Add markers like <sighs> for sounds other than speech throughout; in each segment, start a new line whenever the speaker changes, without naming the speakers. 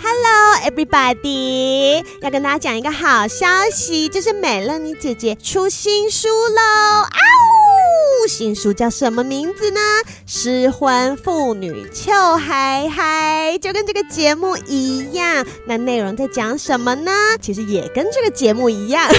Hello, everybody！要跟大家讲一个好消息，就是美乐妮姐姐出新书喽！啊呜！新书叫什么名字呢？失婚妇女邱嗨嗨，就跟这个节目一样。那内容在讲什么呢？其实也跟这个节目一样。 <laughs>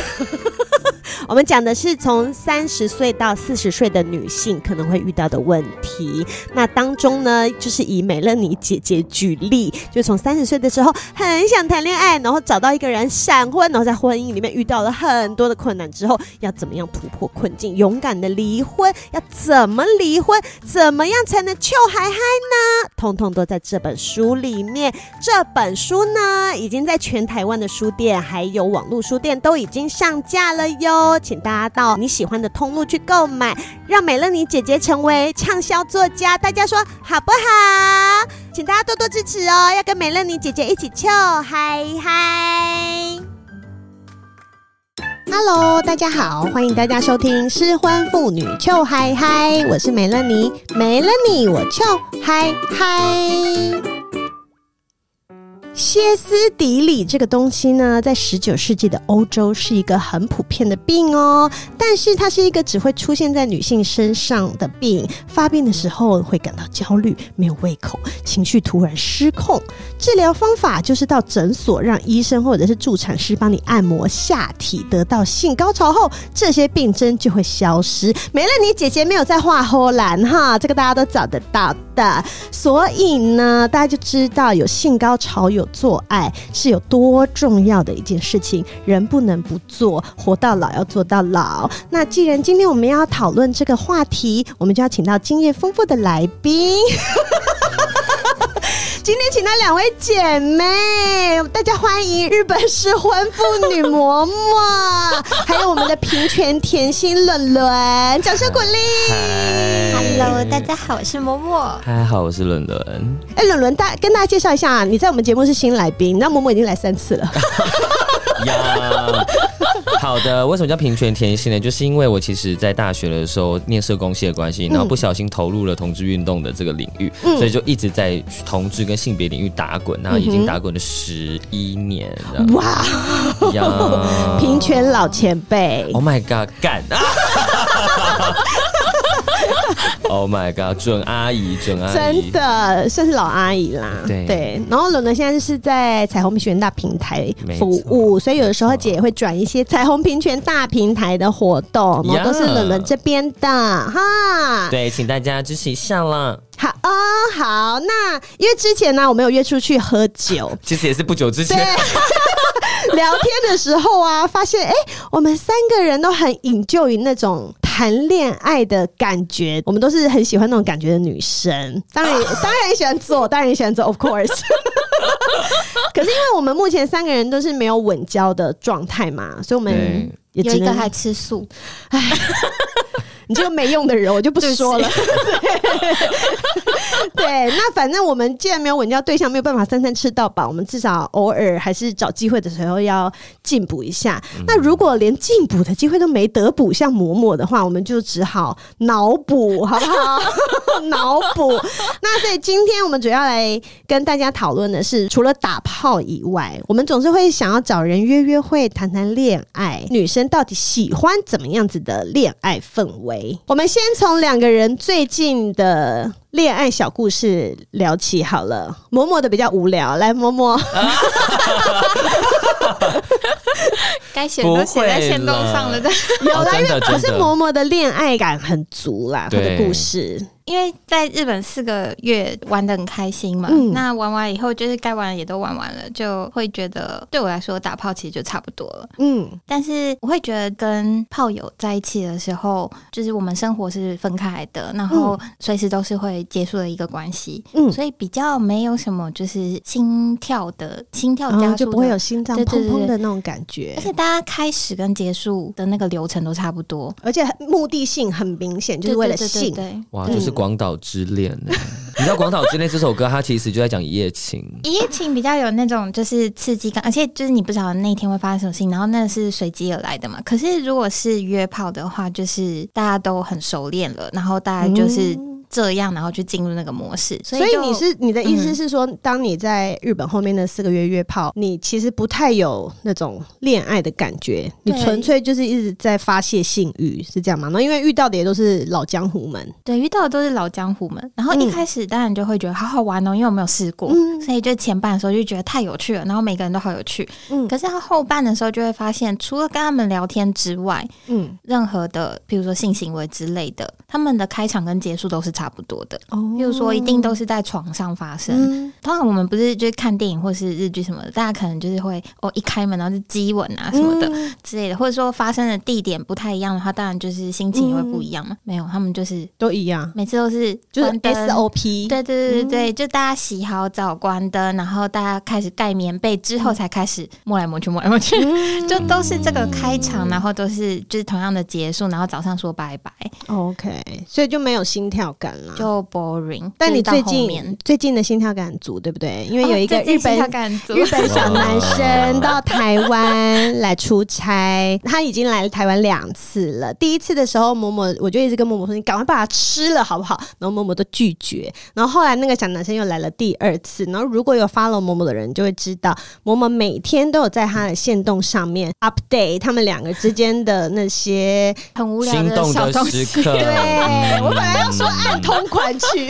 我们讲的是从三十岁到四十岁的女性可能会遇到的问题。那当中呢，就是以美乐妮姐姐举例，就从三十岁的时候很想谈恋爱，然后找到一个人闪婚，然后在婚姻里面遇到了很多的困难之后，要怎么样突破困境，勇敢的离婚，要怎么离婚，怎么样才能救海海呢？通通都在这本书里面。这本书呢，已经在全台湾的书店还有网络书店都已经上架了哟，请大家到你喜欢的通路去购买，让美乐妮姐姐成为畅销作家，大家说好不好？请大家多多支持哦，要跟美乐妮姐姐一起跳嗨嗨！Hello，大家好，欢迎大家收听《失婚妇女俏嗨嗨》，我是美乐妮，没了你我俏嗨嗨。歇斯底里这个东西呢，在十九世纪的欧洲是一个很普遍的病哦，但是它是一个只会出现在女性身上的病。发病的时候会感到焦虑、没有胃口、情绪突然失控。治疗方法就是到诊所让医生或者是助产师帮你按摩下体，得到性高潮后，这些病症就会消失。没了你姐姐没有在画荷兰哈，这个大家都找得到的。所以呢，大家就知道有性高潮、有做爱是有多重要的一件事情，人不能不做，活到老要做到老。那既然今天我们要讨论这个话题，我们就要请到经验丰富的来宾。 <laughs> 今天请到两位姐妹，大家欢迎日本失婚妇女嬷嬷，还有我们的平权甜心伦伦，掌声鼓励。
嗨
Hello，大家好，我是嬷嬷。
嗨，好，我是伦伦。
<laughs> 哎、伦伦，大跟大家介绍一下，啊你在我们节目是新来宾，那嬷嬷已经来三次了。
呀，好的。为什么叫平权甜心呢？就是因为我其实，在大学的时候念社工系的关系，
嗯
然后不小心投入了同志运动的这个领域，所以就一直在同志跟性别领域打滚，然后已经打滚了十一年了。
哇，
呀，
平权老前辈，
！Oh my god，干！ <laughs> 啊 Oh my god，准阿姨，准阿
真
姨，
的算是老阿姨啦。
对
然后伦伦现在就是在彩虹平权大平台服务，所以有的时候姐也会转一些彩虹平权大平台的活动，然
呀
后都是伦伦这边的哈。
对，请大家支持一下啦。
好哦，好，那因为之前呢、我们有约出去喝酒，
其实也是不久之前，
<laughs> 聊天的时候啊，发现哎、诶我们三个人都很引咎于那种谈恋爱的感觉，我们都是很喜欢那种感觉的女生。当
<laughs>
然，当然也喜欢做，当然也喜欢做，of course。可是因为我们目前三个人都是没有稳交的状态嘛，所以我们
对
也
有
只
一个
能
还吃素，
你这个没用的人，我就不说了。对， <laughs> 那反正我们既然没有稳交对象，没有办法三餐吃到饱，我们至少偶尔还是找机会的时候要进补一下。那如果连进补的机会都没得补，像嬷嬷的话，我们就只好脑补，好不好？ <laughs> 脑补。那所以今天我们主要来跟大家讨论的是，除了打炮以外，我们总是会想要找人约约会、谈谈恋爱。女生到底喜欢怎么样子的恋爱氛围？我们先从两个人最近的恋爱小故事聊起好了。嬷嬷的比较无聊，来嬷嬷，
该写的都写
不
在
会
线动上
啦
了的。 <laughs>
有啦，
哦真
因
的
为可是
真的
嬷嬷的恋爱感很足啦，她的
对
故事。
因为在日本四个月玩的很开心嘛，
嗯
那玩完以后就是该玩的也都玩完了，就会觉得对我来说打炮其实就差不多了。
嗯
但是我会觉得跟炮友在一起的时候，就是我们生活是分开来的，然后随时都是会结束的一个关系，
嗯，
所以比较没有什么就是心跳的心跳
然后
加速、
啊就不会有。心脏
对对
砰
对
砰的
对
那种感觉
而，且大家开始跟结束的那个流程都差不多，
而且目的性很明显，就是为了
对对
性
对。对对
哇，
嗯
就是《广岛之恋》呢。 <laughs> 你知道《广岛之恋》这首歌，它其实就在讲一夜情。
一夜情比较有那种就是刺激感，而且就是你不晓得那一天会发生什么事情，然后那是随机而来的嘛。可是如果是约炮的话，就是大家都很熟练了，然后大家就是
嗯
这样，然后去进入那个模式。所
所以
就
你是你的意思
嗯
是说，当你在日本后面的四个月约炮，你其实不太有那种恋爱的感觉，你
对
纯粹就是一直在发泄性欲，是这样吗？那因为遇到的也都是老江湖们，
对遇到的都是老江湖们，然后一开始当然就会觉得好好玩哦，因为我没有试过，
嗯
所以就前半的时候就觉得太有趣了，然后每个人都好有趣。
嗯
可是到后半的时候就会发现，除了跟他们聊天之外，
嗯
任何的比如说性行为之类的，他们的开场跟结束都是差不多的。
哦
譬如说，一定都是在床上发生。
嗯
通常我们不是就是看电影或是日剧什么的，大家可能就是会哦一开门然后就激吻啊什么的
嗯
之类的，或者说发生的地点不太一样的话，当然就是心情也会不一样嘛。没有，他们就是
都一样，
每次都是
就是
关灯
SOP
对对对对
嗯
对，就大家洗好澡、关灯，然后大家开始盖棉被之
嗯
后，才开始摸来摸去、摸来摸去， <laughs> 就都是这个开场，然后都是就是同样的结束，然后早上说拜拜，
嗯 OK，所以就没有心跳感了。
就 boring。
但你最
就是到后面
近最近的心跳感很足，对不对？因为有一个
哦最
日
近
本、
心跳感足
日本小男生
哇
到台湾来出差，他已经来了台湾两次了。第一次的时候，某某我就一直跟某某说：“你赶快把它吃了，好不好？”然后某某都拒绝。然后后来那个小男生又来了第二次。然后如果有 follow 某某的人就会知道，某某每天都有在他的线动上面 update 他们两个之间的那些。
<laughs> 很无聊
心动
小
的
东
时
西。
刻，
对
嗯
我本来要说暗通款曲。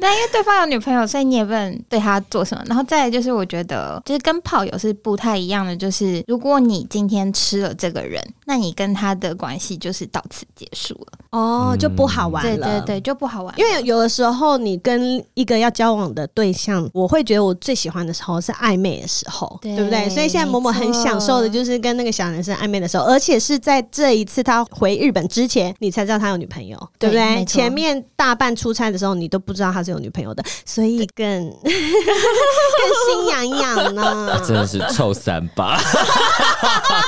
但因 <laughs> 为对方有女朋友，所以你也不能对他做什么。然后再来就是，我觉得就是跟炮友是不太一样的，就是如果你今天吃了这个人，那你跟他的关系就是到此结束了。
哦，就不好玩了。
对对对，就不好玩。
因为有的时候你跟一个要交往的对象，我会觉得我最喜欢的时候是暧昧的时候，对
对
不对？所以现在某某很享受的就是跟那个小男生暧昧的时候，而且是在这一次他回日本之前，你才知道他有女朋友，对不
对
对？
没错
前面大半出差的时候，你都不知道他是有女朋友的，所以更更心痒痒
<laughs>
呢。
<laughs>
啊
真的是臭三
<laughs>
八。
啊，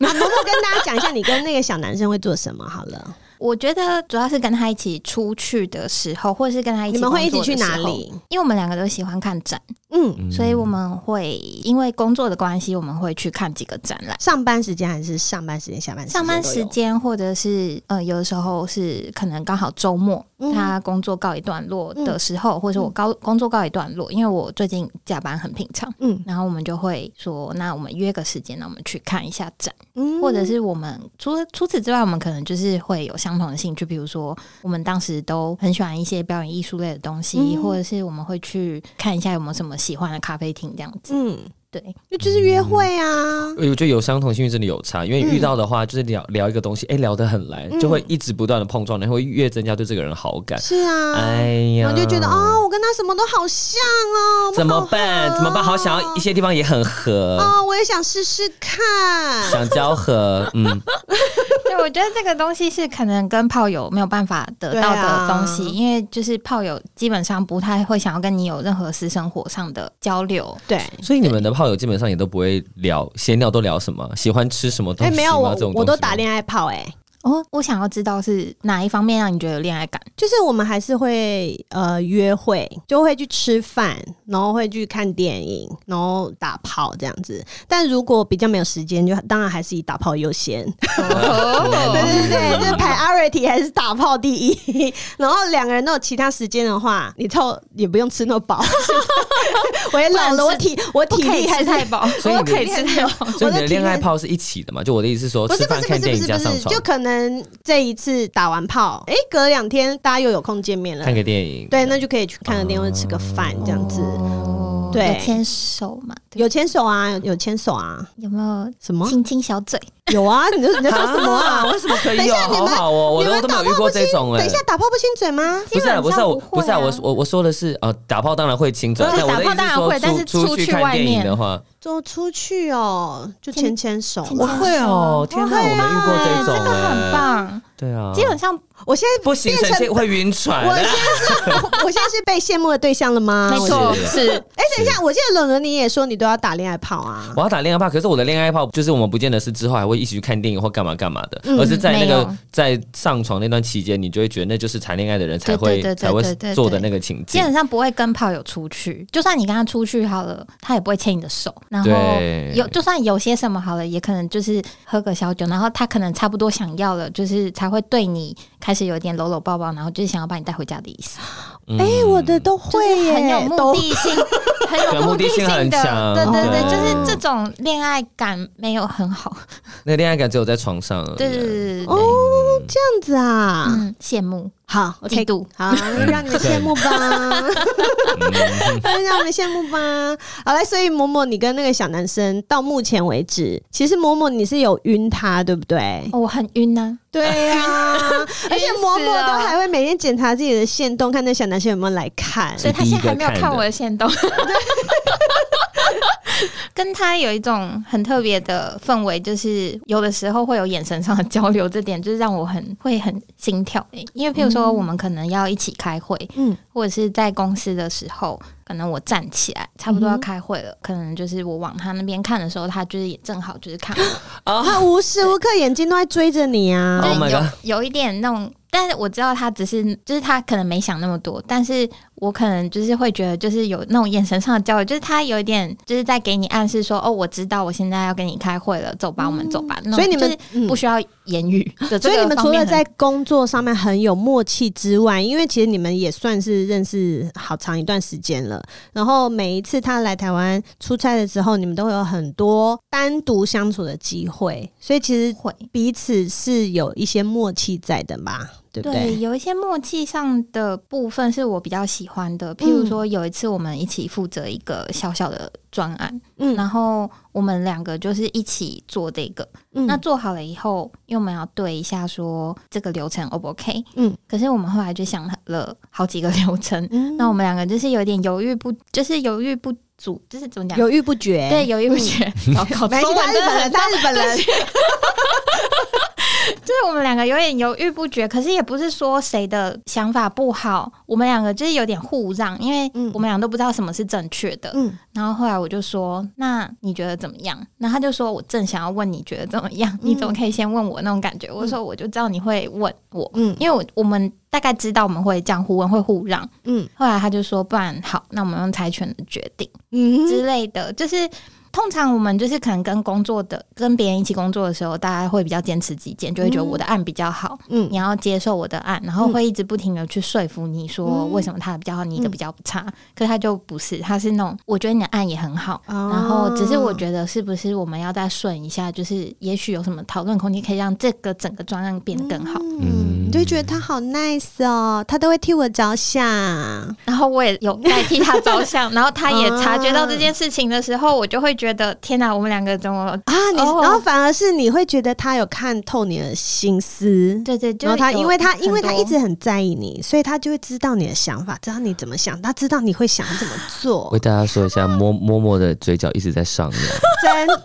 某某跟大家讲一下，你跟那个小男生会做什么好了？
我觉得主要是跟他一起出去的时候，或者是跟他一起
你们会一
工
起
作
去
的
哪
时候？
里？
因为我们两个都喜欢看展，
嗯，
所以我们会因为工作的关系，我们会去看几个展览。
上班时间还是上班时间、下班时间
上
都有？
班时间，或者是呃，有的时候是可能刚好周末，
嗯
他工作告一段落的时候，或者是我高工作告一段落，因为我最近加班很平常，
嗯
然后我们就会说，那我们约个时间，那我们去看一下展，
嗯
或者是我们除了除此之外，我们可能就是会有相同的兴趣，比如说我们当时都很喜欢一些表演艺术类的东西，
嗯
或者是我们会去看一下有没有什么喜欢的咖啡厅这样子，
嗯。
对，
那就是约会啊。
我觉得有相同性真的有差，因为遇到的话就是聊、聊一个东西，哎、聊得很来，
嗯
就会一直不断的碰撞，然后会越增加对这个人的好感。
是啊，
哎呀，
然后就觉得哦，我跟他什么都好像哦，我们
怎么
好
办？
合
怎么办？好想要一些地方也很合，
哦，我也想试试看。
想交合，嗯，
对，我觉得这个东西是可能跟炮友没有办法得到
对啊
的东西，因为就是炮友基本上不太会想要跟你有任何私生活上的交流。
对，
所以你们的炮友基本上也都不会聊闲聊，都聊什么？喜欢吃什么东
哎，
西吗？
没有我
这种，
我都
东西啊
打恋爱炮哎、
哦，我想要知道是哪一方面让你觉得有恋爱感？
就是我们还是会呃约会，就会去吃饭，然后会去看电影，然后打炮这样子。但如果比较没有时间，就当然还是以打炮优先。对
哦，
对对，就是 priority 还是打炮第一。 <laughs> 然后两个人都有其他时间的话，你凑也不用吃那么
<laughs>
饱。我也老了，我体我体力还是
太饱，
所以你
<laughs> 我可以吃
<laughs>
太饱。
所以你
我
的
的
恋
体
爱
验
炮是一起的嘛？就我的意思是说，
不是
吃
不
饭
是
看
不
电
是
影加
不是
上
不是，
床
就，可能这一次打完炮，哎、隔两天大家又有空见面了
看，个电影，
对，那就可以去看个电影或者吃个饭这样子。
哦
对
有牵手嘛？对
有牵手啊，有有牵手啊，
有没有
什么
亲亲小嘴？
有
<laughs>
啊？你在你在说什么啊？
为什么可
等
以
一
有？
下你
好
们
好哦，我
你
都
们
都
打炮
没有遇
不
过这
清
种哎、
等一下打炮不亲嘴吗？
不是啊，
基
不
本
是啊，
上
我
不
不
会
是啊，
啊
我我我说的是呃，打炮当然会亲嘴，
对
但我的意
打炮
思是
当然会
说
但是
出
出
去
去
看
外
电影
面
的话，
走出去哦，就牵牵手
牵。
我
我啊
牵
会哦，天哪，
会
我没遇过这种
这个很
哎，
棒。
对啊，
基本上
我现在
不行，
变
神
成
仙会晕船
我。现在是，我现在是被羡慕的对象了吗？
没错，
是
是
哎，等一下，我记得伦伦你也说你都要打恋爱炮啊。
我要打恋爱炮，可是我的恋爱炮就是我们不见得是之后还会一起去看电影或干嘛干嘛的，而是在那
没
个
有
在上床那段期间，你就会觉得那就是谈恋爱的人才会
对对对对
才会
对对
做的那个情
基
境
本。上不会跟炮友出去，就算你跟他出去好了，他也不会牵你的手。然后
对
有就算有些什么好了，也可能就是喝个小酒，然后他可能差不多想要了，就是才会对你开始有点搂搂抱抱，然后就是想要把你带回家的意思，
哎，我的都会
就是
耶，
很有目
都
的性，很
<laughs> 对
有
目的
的
性很强
的，对对对，
对
就是这种恋爱感没有很好，
那恋爱感只有在床上而已。啊嗯
对对对对对，
哦，这样子啊。
嗯，羡慕
好，OK，
嫉妒
好，让你们羡慕吧，让你们羡慕吧。好嘞，所以嬷嬷，你跟那个小男生到目前为止，其实嬷嬷你是有晕他，对不对？
哦，我很晕呐、
对啊呀、 <laughs> 而且嬷
晕死了
嬷都还会每天检查自己的线动，看那小男生有没有来看。
所以他现在还没有
第一个看
看
的
我的线动。 <laughs> 跟他有一种很特别的氛围，就是有的时候会有眼神上的交流，这点就是让我很会很心跳、欸。因为譬如说，我们可能要一起开会，
嗯
嗯，或者是在公司的时候，可能我站起来差不多要开会了，可能就是我往他那边看的时候，他就是也正好就是看我，
嗯
他无时无刻眼睛都在追着你啊！
Oh
就
my
是有
god
有一点那种，但是我知道他只是，就是他可能没想那么多，但是我可能就是会觉得，就是有那种眼神上的交流，就是他有一点就是在给你暗示说，哦，我知道我现在要跟你开会了，走吧，我们走吧。那种
所以你们
就是
嗯
不需要言语的这
所以你
个
们
方
除了
面很，
在工作上面很有默契之外，因为其实你们也算是认识好长一段时间了。然后每一次他来台湾出差的时候，你们都会有很多单独相处的机会，所以其实
会
彼此是有一些默契在的吧，对不
对，
对？
有一些默契上的部分是我比较喜欢的，譬如
嗯
说有一次我们一起负责一个小小的专案，
嗯
然后我们两个就是一起做这个，
嗯
那做好了以后，因为我们要对一下说这个流程 O 不 OK？
嗯
嗯，可是我们后来就想了好几个流程，
嗯
那我们两个就是有点犹豫不，就是犹豫不足，就是怎么讲？
犹嗯豫不决，
对，，犹豫不决。然
<laughs>
后
没
中
关
文
系，
真的
他日本人，他日本
很，<laughs>
人，
就是我们两个有点犹豫不决，可是也不是说谁的想法不好，我们两个就是有点互让，因为
嗯
我们俩都不知道什么是正确的。
嗯，
然后后来我就说：“那你觉得怎么样？”然后他就说：“我正想要问你觉得怎么
嗯
样，你怎么可以先问我那种感觉？”我说：“我就知道你会问我，
嗯
嗯，因为我我们大概知道我们会这样互问，会互让。”
嗯
嗯，后来他就说：“不然好，那我们用猜拳的决定
嗯，
之类的，就是。”通常我们就是可能跟工作的跟别人一起工作的时候，大家会比较坚持己见，就会觉得我的案比较好，
嗯
你要接受我的案，然后会一直不停的去说服你说为什么他的比较好，你的比较差。可是他就不是，他是那种我觉得你的案也很好，
哦
然后只是我觉得是不是我们要再顺一下，就是也许有什么讨论空间可以让这个整个专案变得更好。
嗯，你就会觉得他好 nice 哦，他都会替我着想。啊
然后我也有在替他着想，然后他也察觉到这件事情的时候，我就会觉得天哪，我们两个怎么？
啊，你、
哦
然后反而是你会觉得他有看透你的心思，
对对，就
然后他
有
因为他
很多
因为他一直很在意你，所以他就会知道你的想法，知道你怎么想，他知道你会想怎么做
为，大家说一下，摸摸摸的嘴角一直在上扬，
真
一
的。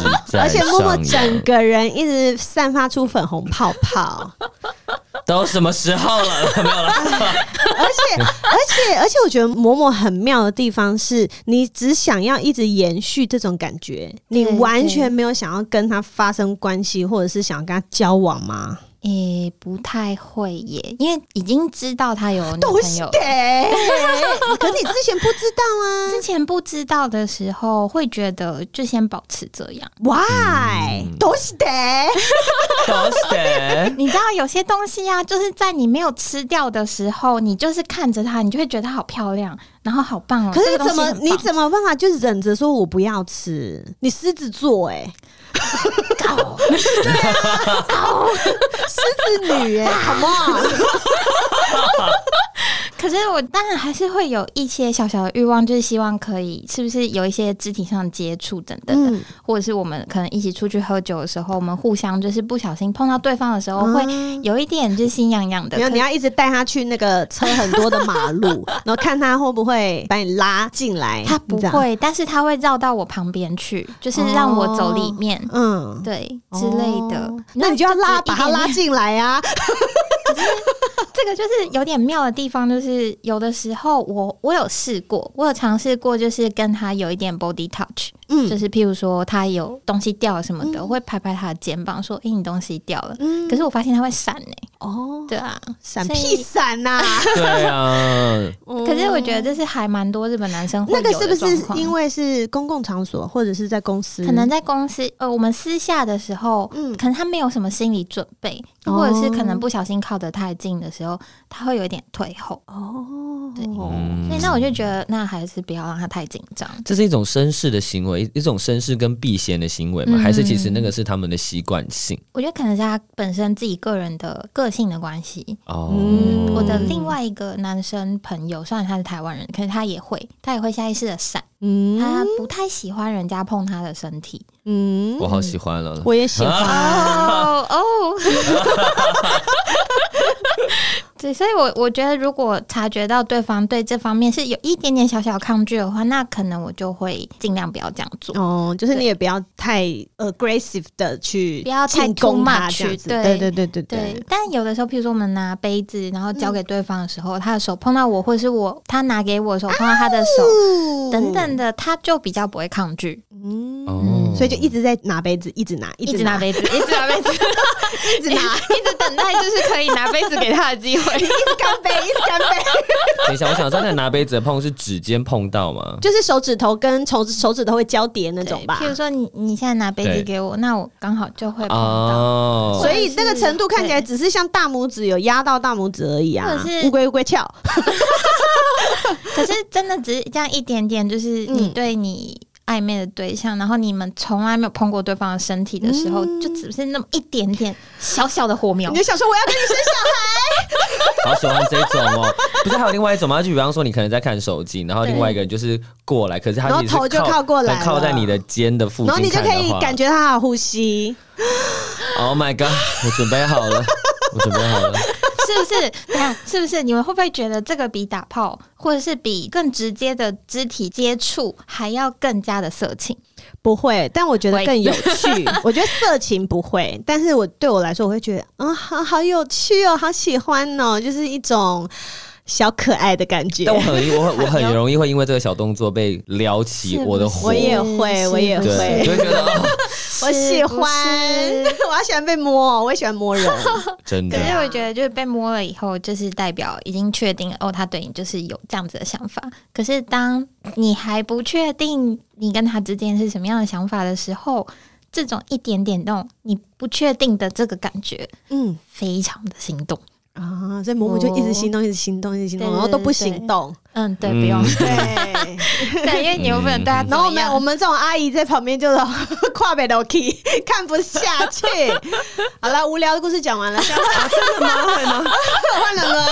直在
啊而且默默
上扬
整个人一直散发出粉红泡泡，
都什么时候了？ <laughs> 没有了。
而且而且而且，我觉得嬷嬷很妙的地方是，你只想要一直延续这种感觉，你
对
完
对
全没有想要跟他发生关系，或者是想要跟他交往吗？
诶、不太会耶，因为已经知道他有女
都
朋
是
友 <laughs>
的。 <laughs> 可是你之前不知道啊
之前不知道的时候，会觉得就先保持这样。
，Why？都是的，
哦
都是的
你知道有些东西啊，就是在你没有吃掉的时候，你就是看着它，你就会觉得它好漂亮，然后好棒哦。
可
这
是
个
怎
东西
么
很棒
你怎么办法就忍着说我不要吃？你狮子座
<laughs>
哎、
欸 <laughs>
对啊，狮子女哎、好不好？
可是我当然还是会有一些小小的欲望，就是希望可以是不是有一些肢体上的接触等等的，
嗯，
或者是我们可能一起出去喝酒的时候，我们互相就是不小心碰到对方的时候，会
嗯
有一点就是心痒痒的。
没有，
可
你要一直带他去那个车很多的马
<laughs>
路，然后看他会不会把你拉进来。
他不
这样，
会，但是他会绕到我旁边去，就是让我走里面，
嗯，
对之类的。
哦那你就要拉，把他拉
进。
进来啊。
这个就是有点妙的地方，就是有的时候我我有试过，我有尝试过，就是跟他有一点 body touch，、就
嗯
是譬如说他有东西掉了什么的，我会拍拍他的肩膀说：“诶，你东西掉了。
嗯
可是我发现他会闪呢、
哦，
对啊，
闪
所以
屁闪呐！
对啊，
<laughs> 可是我觉得这是还蛮多日本男生会
那
有的
个是不
状
是
况
因为是公共场所或者是在公司？
可能在公司呃，我们私下的时候，
嗯
可能他没有什么心理准备，
哦
或者是可能不小心靠得太近的时候，他会有一点退后。
哦，
对
嗯
所以那我就觉得，那还是不要让他太紧张。
这是一种绅士的行为，一种绅士跟避嫌的行为嘛？
嗯
还是其实那个是他们的习惯性？
我觉得可能是他本身自己个人的个性的关系。
哦，
嗯
我的另外一个男生朋友，虽然他是台湾人，可是他也会，他也会下意识的闪，他
嗯
不太喜欢人家碰他的身体。
嗯
我好喜欢了。
我也喜欢。
哦哦， <laughs> 对，所以我我觉得，如果察觉到对方对这方面是有一点点小小抗拒的话，那可能我就会尽量不要这样做。
哦，就是你
对
也不要太 aggressive 的去
不要太
进攻
too
他
much，
这样子，
对
对对对对
对，，但有的时候，譬如说我们拿杯子，然后交给对方的时候，他的手碰到我，或者是我他拿给我的时候碰到他的手，等等的，他就比较不会抗拒，
嗯，
哦，
所以就一直在拿杯子，一直拿，
一
直
直拿 <laughs> 杯子，一直拿杯子，
<laughs> 一直拿，
<laughs> 一直等待，就是可以拿杯子给他的机
<laughs>
会。
一直干杯，一直干杯，
等一下，我想知道那拿杯子的碰是指尖碰到吗？
<laughs> 就是手指头跟手指手指头会交叠那
对
种吧
譬。如说你你现在拿杯子
对
给我，那我刚好就会碰到。
哦
所以那个程度看起来只是像大拇指有压到大拇指而已
或
啊
者是，哦
乌龟乌龟翘，
可是真的只是这样一点点，就是你
嗯
对你。暧昧的对象，然后你们从来没有碰过对方的身体的时候，就只是那么一点点小小的火苗
你就，想说我要跟你生 <laughs> 小
好喜欢这种哦。 <laughs> 不是还有另外一种吗？就比方说你可能在看手机，然后另外一个人就是过来，可是他
然后
其实是
头就靠过来了
靠在你的肩的附
孩，
近
然后
看
你
的
就可
话，
以感觉他的呼吸，
Oh my god！我准备
<laughs>
好了，我准备好了。
<laughs> 是不是？等一下是不是？你们会不会觉得这个比打炮，或者是比更直接的肢体接触还要更加的色情？
不会，但我觉得
会
更有 <laughs> 趣。我觉得色情不会，但是我对我来说，我会觉得嗯，好好有趣哦，好喜欢哦，就是一种小可爱的感觉
但。我很我很我很容易会因为这个小动作被撩起我的火，
我也会
是
我也
不
会
是
对，就会觉得、哦、 <laughs>
我喜欢，
是
<laughs> 我要喜欢被摸哦，我也喜欢摸 <laughs> 人。
真的
可是我觉得，就是被摸了以后，就是代表已经确定了哦，他对你就是有这样子的想法。可是当你还不确定你跟他之间是什么样的想法的时候，这种一点点那种你不确定的这个感觉，
嗯
非常的心动。
啊，所以某某就一直心动，一直心动，一直心动，
对对
然后都不
对
行动。
嗯，对，
嗯
不用，
哦对。 <laughs>
对，因为你又不能对啊他怎
然后我
么
们
样。
我们这种阿姨在旁边就是 <laughs> 跨北楼梯，看不下 <laughs> 去。好了，无聊的故事讲 <laughs> 完了，啊真的吗？ <laughs> 换了轮。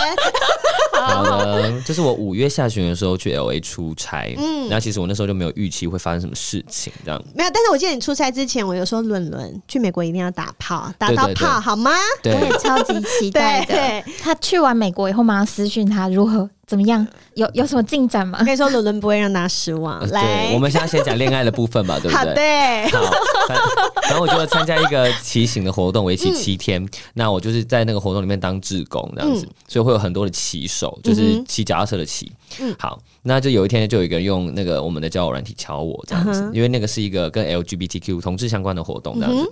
好了，嗯就是我五月下旬的时候去 L A 出差，
嗯
嗯，啊然后其实我那时候就没有预期会发生什么事情，这样
没有，但是我记得你出差之前，我有说伦伦去美国一定要打炮，打到
对对对
炮好吗？
对
我也超级期待
对
的。他去完美国以后，马上私讯他如何怎么样，有有什么进展吗
我？跟你说，伦伦不会让大家失望
呃。
来
对，我，们现在先讲恋爱的部分吧，对不
好
对？
的，
好，反然后我就参加一个骑行的活动，为期七
嗯
天。那我就是在那个活动里面当志工这样子，所以会有很多的骑手，
嗯
就是骑脚踏车的骑。好，那就有一天就有一个人用那个我们的交友软体敲我这
嗯
样子，因为那个是一个跟 LGBTQ 同志相关的活动这样子。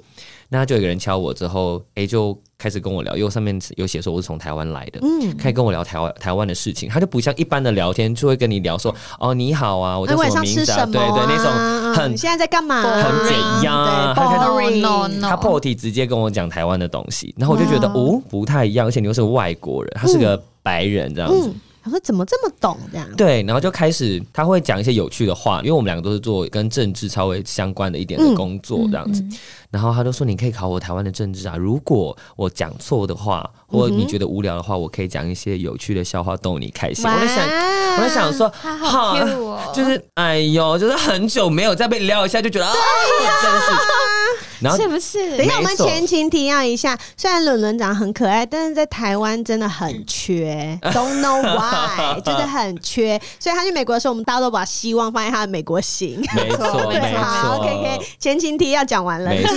那就有一个人敲我之后，诶，就开始跟我聊，因为我上面有写说我是从台湾来
嗯
的，开始跟我聊台湾台湾的事情，他就不像一般的聊天，就会跟你聊说，哦，你好啊，我
那哎
叫
晚
什么
上吃
名字啊，
什么
对
啊？
对，那种很
你现在在干嘛？
很怎样啊
对
他开始
boring
No, no, no
他破题直接跟我讲台
嗯
湾的东西，然后我就觉得哦不太一样，而且你又是外国人，他是个白人这样子，
想嗯说怎么这么懂这样？
对，然后就开始他会讲一些有趣的话，因为我们两个都是做跟政治稍微相关的一
嗯
点的工作这样子。然后他就说：“你可以考我台湾的政治啊，如果我讲错的话，
嗯
或你觉得无聊的话，我可以讲一些有趣的笑话逗你开心。”我在想，我在想说，
他好 Q 哦，
就是哎呦，就是很久没有再被撩一下，就觉得啊，真的是。然后
是不
等一
是？
下，我们
没错
前情提要一下，虽然伦伦长得很可爱，但是在台湾真的
嗯
很缺，don't know
<laughs>
why，就是很缺。所以他去美国的时候，我们大家都把希望放在他的美国行。
没
<laughs>
错，没
好
错
，OK OK，前情提要讲完了。
没错，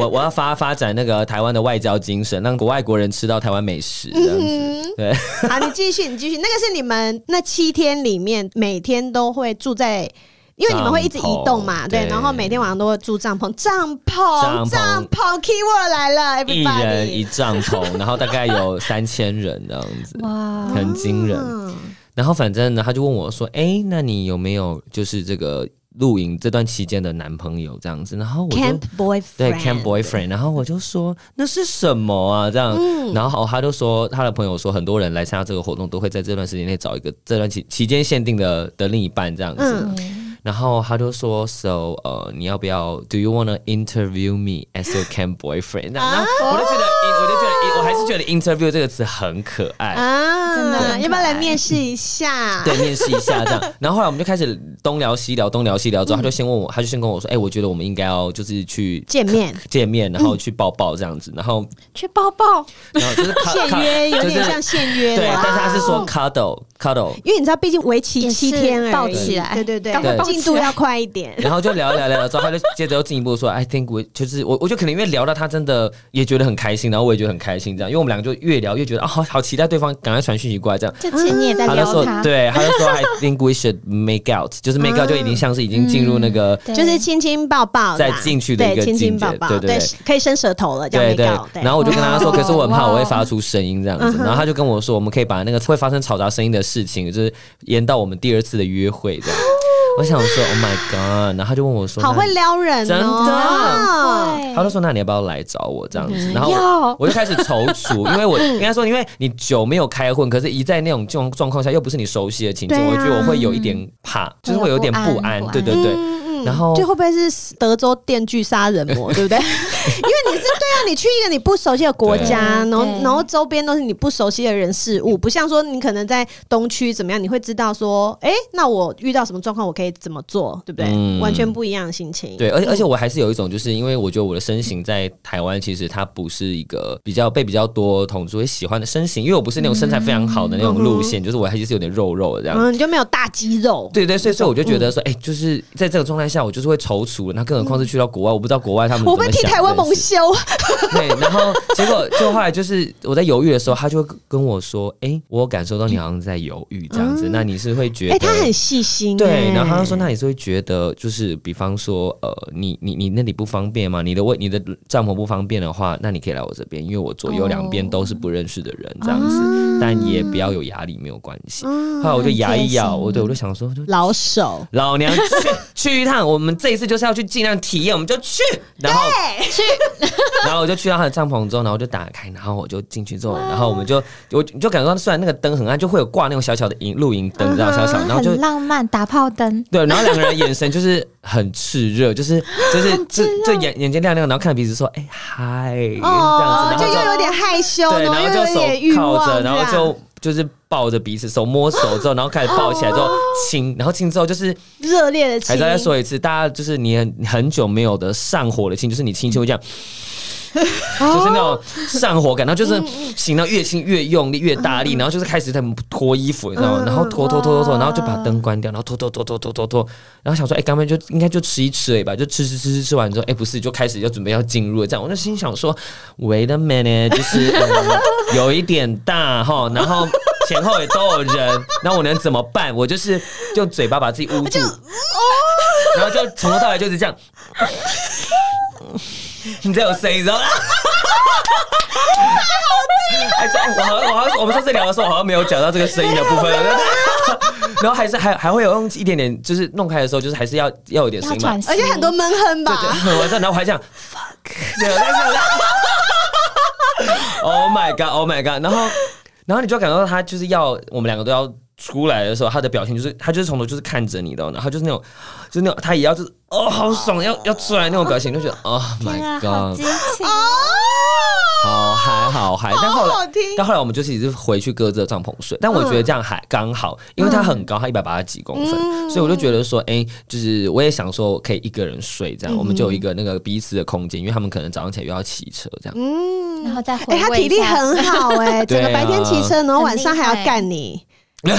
我我要发发展那个台湾的外交精神，让国外国人吃到台湾美食这样
嗯
子。
<laughs>
对，
<laughs> 好，你继续，你继续。那个是你们那七天里面每天都会住在。因为你们会一直移动嘛，
帐篷
对，
对
然后每天晚上都会住帐篷，帐篷，
帐篷
帐篷，keyword 来了
一人一
，everybody，
帐篷，然后大概有三千人这样子，
哇，
很惊人。
嗯，
然后反正呢，他就问我说：“哎、那你有没有就是这个露营这段期间的男朋友这样子？”然后我就
camp boyfriend，
对 camp boyfriend，然后我就说那是什么啊？这样，
嗯
然后他就说他的朋友说，很多人来参加这个活动都会在这段时间内找一个这段期期间限定的的另一半这样子。
嗯
嗯
然后他就说，so 呃，你要不要？Do you wanna interview me as your camp boyfriend？那
啊
然后我就觉得，我就觉得，我还是觉得 interview 这个词很可爱。
啊，
真的很可爱
要不要来面试一下？
对，面试一
<laughs>
下这样。然后后来我们就开始东聊西聊，东聊西聊
嗯
之后，他就先问我，他就先跟我说，哎、我觉得我们应该要就是去
见嗯面，
见面，然后去抱抱这样子，然后
去抱抱，
然后
<laughs>
就是 cu-
现约
cu-
有
就是
点像现约哦
对，
啦，
但是他是说 cuddle cuddle，
因为你知道，毕竟为期
也
七
是
天而已，
抱起来
对对对
赶
快，抱
进
起
度
来
要快一点。
然后就聊一聊聊聊之后，他就接着又进一步说，I think 我就是我，我就可能因为聊到他真的也觉得很开心，然后我也觉得很开心这样，因为我们两个就越聊越觉得啊，好好期待对方赶快传讯息过来这样。
这次你也在
嗯他就
撩
说，
他，
对，他就说，I think we should make out，就是 make out 就已经像是已经进入那个
对
就是亲亲抱抱啦，
再进去的一个
对亲亲
境界
抱抱，
对对对
可以伸舌头了，这样
对
没
对
搞，。
然后我就跟他说，
哦
可是我很怕
哇哦
我会发出声音这样子，然后他就跟我说，我们可以把那个会发生嘈杂声音的事情，就是延到我们第二次的约会这样。我想说，Oh my god！然后他就问我说，
好
那
会撩人哦，
真的
对
他就说：“那你要不要来找我这样子？”然后
要
我我就开始踌躇，因为我应该说，因为你久没有开混，可是一在那种这种状况下，又不是你熟悉的情境，
对啊
我觉得我会有一点怕，就是会有点不
不安
安
不。安
对对对，
嗯
然后
这会不会是德州电锯杀人
<laughs>
魔，对不 <laughs> 对？因为你是对啊，你去一个你不熟悉的国
啊
家，然
对
后
对
然后周边都是你不熟悉的人事物，不像说你可能在东区怎么样，你会知道说，哎，那我遇到什么状况，我可以怎么做，对不对？
嗯
完全不一样的心情。
对，而且而且我还是有一种，就是因为我觉得我的身形在台湾其实它不是一个比较被比较多同志会喜欢的身形，因为我不是那种身材非常好的那种路线，就是我还是有点肉肉的这样。
嗯嗯，你嗯就没有大肌肉。
啊对对，所以所以我就觉得说，哎、就是在这个状态下，我就是会踌躇。那更何况是去到国外，我不知道国外他
<laughs>
们
我
怎
被
么
替
想
台湾
这件
蒙
事
羞，
对，然后结果就后来就是我在犹豫的时候，他就跟我说：“哎、我有感受到你好像在犹豫这样子，那你是会觉
嗯
得？”
哎，他很细心。
对，
哎
然后他就说：“那你是会觉得，就是比方说，呃，你你你那里不方便吗？你的位你的帐篷不方便的话，那你可以来我这边，因为我左右两边都是不认识的人，这样子，
哦
但也不要有压力，没有关系。后来我就牙一咬，我对我就想说，就
老手，
老娘去去一趟，我们这一次就是要去尽量体验，我们就去，然后去，然后我就去到他的帐篷之后，然后我就打开，然后我就进去之后，然后我们就我你就感觉到，虽然那个灯很暗，就会有挂那种小小的荧露营灯，你知道小小，然后就
嗯很浪漫，打炮灯，
对，然后两个人眼神就是很炽热， <laughs> 就是就是就就眼眼睛亮亮，然后看彼此说，哎、嗨，
哦，
这
就
样子，然
又
后
有点害羞，
就对，
然后
然后
又
就
有点欲
手
望
靠
这样，
着，然后就。就是抱着彼此手摸手之后，然后开始抱起来之
哦
后亲，然后亲之后就是
热烈的亲。
还是再说一次，大家就是你很很久没有的上火的亲，就是你亲就会这样。就是那种上火感，然后就是醒到越亲越用力越大力，然后就是开始在脱衣服，你知道吗？然后脱脱脱脱脱，然后就把灯关掉，然后脱脱脱脱脱脱脱，然后想说，哎，刚刚就应该就吃一吃而已吧，就吃吃吃吃吃完之后，哎，不是，就开始要准备要进入了这样，我就心想说，Wait a minute，就是、嗯有一点大哈，然后前后也都有人，那我能怎么办？我就是用嘴巴把自己捂住，然后就从头到尾就是这样，你这有声音，然后。 <laughs> 哎，这我好像，我好像，我们上次聊的时候，我好像没有讲到这个声音的部分。 <laughs> 然后还是还还会有用一点点，就是弄开的时候，就是还是要要有点声
要
音嘛
转。型，
而且很多闷哼吧，
很完善，然后我还这样 fuck，对，我在想，Oh my god，Oh my god，然后。然后你就感觉到他就是要我们两个都要出来的时候，他的表情就是他就是从头就是看着你的，然后就是那种就是那种他也要就是哦好爽要要出来那种表情，就觉得 Oh
天啊，
my
好
god，
激情！
好嗨好嗨！但后
哦好
来
好听。
但后来我们就是一直回去各自的帐篷睡，但我觉得
嗯
这样还刚好，因为他很高，他一百八十几公分，
嗯
所以我就觉得说，哎、就是我也想说我可以一个人睡
嗯
这样，我们就有一个那个彼此的空间，因为他们可能早上起来又要骑车这样，
嗯
然后再回
哎、
味一下。
他体力很好哎、
<laughs>
整个
对啊
白天骑车，然后晚上
很厉
还
害
要干你
哎、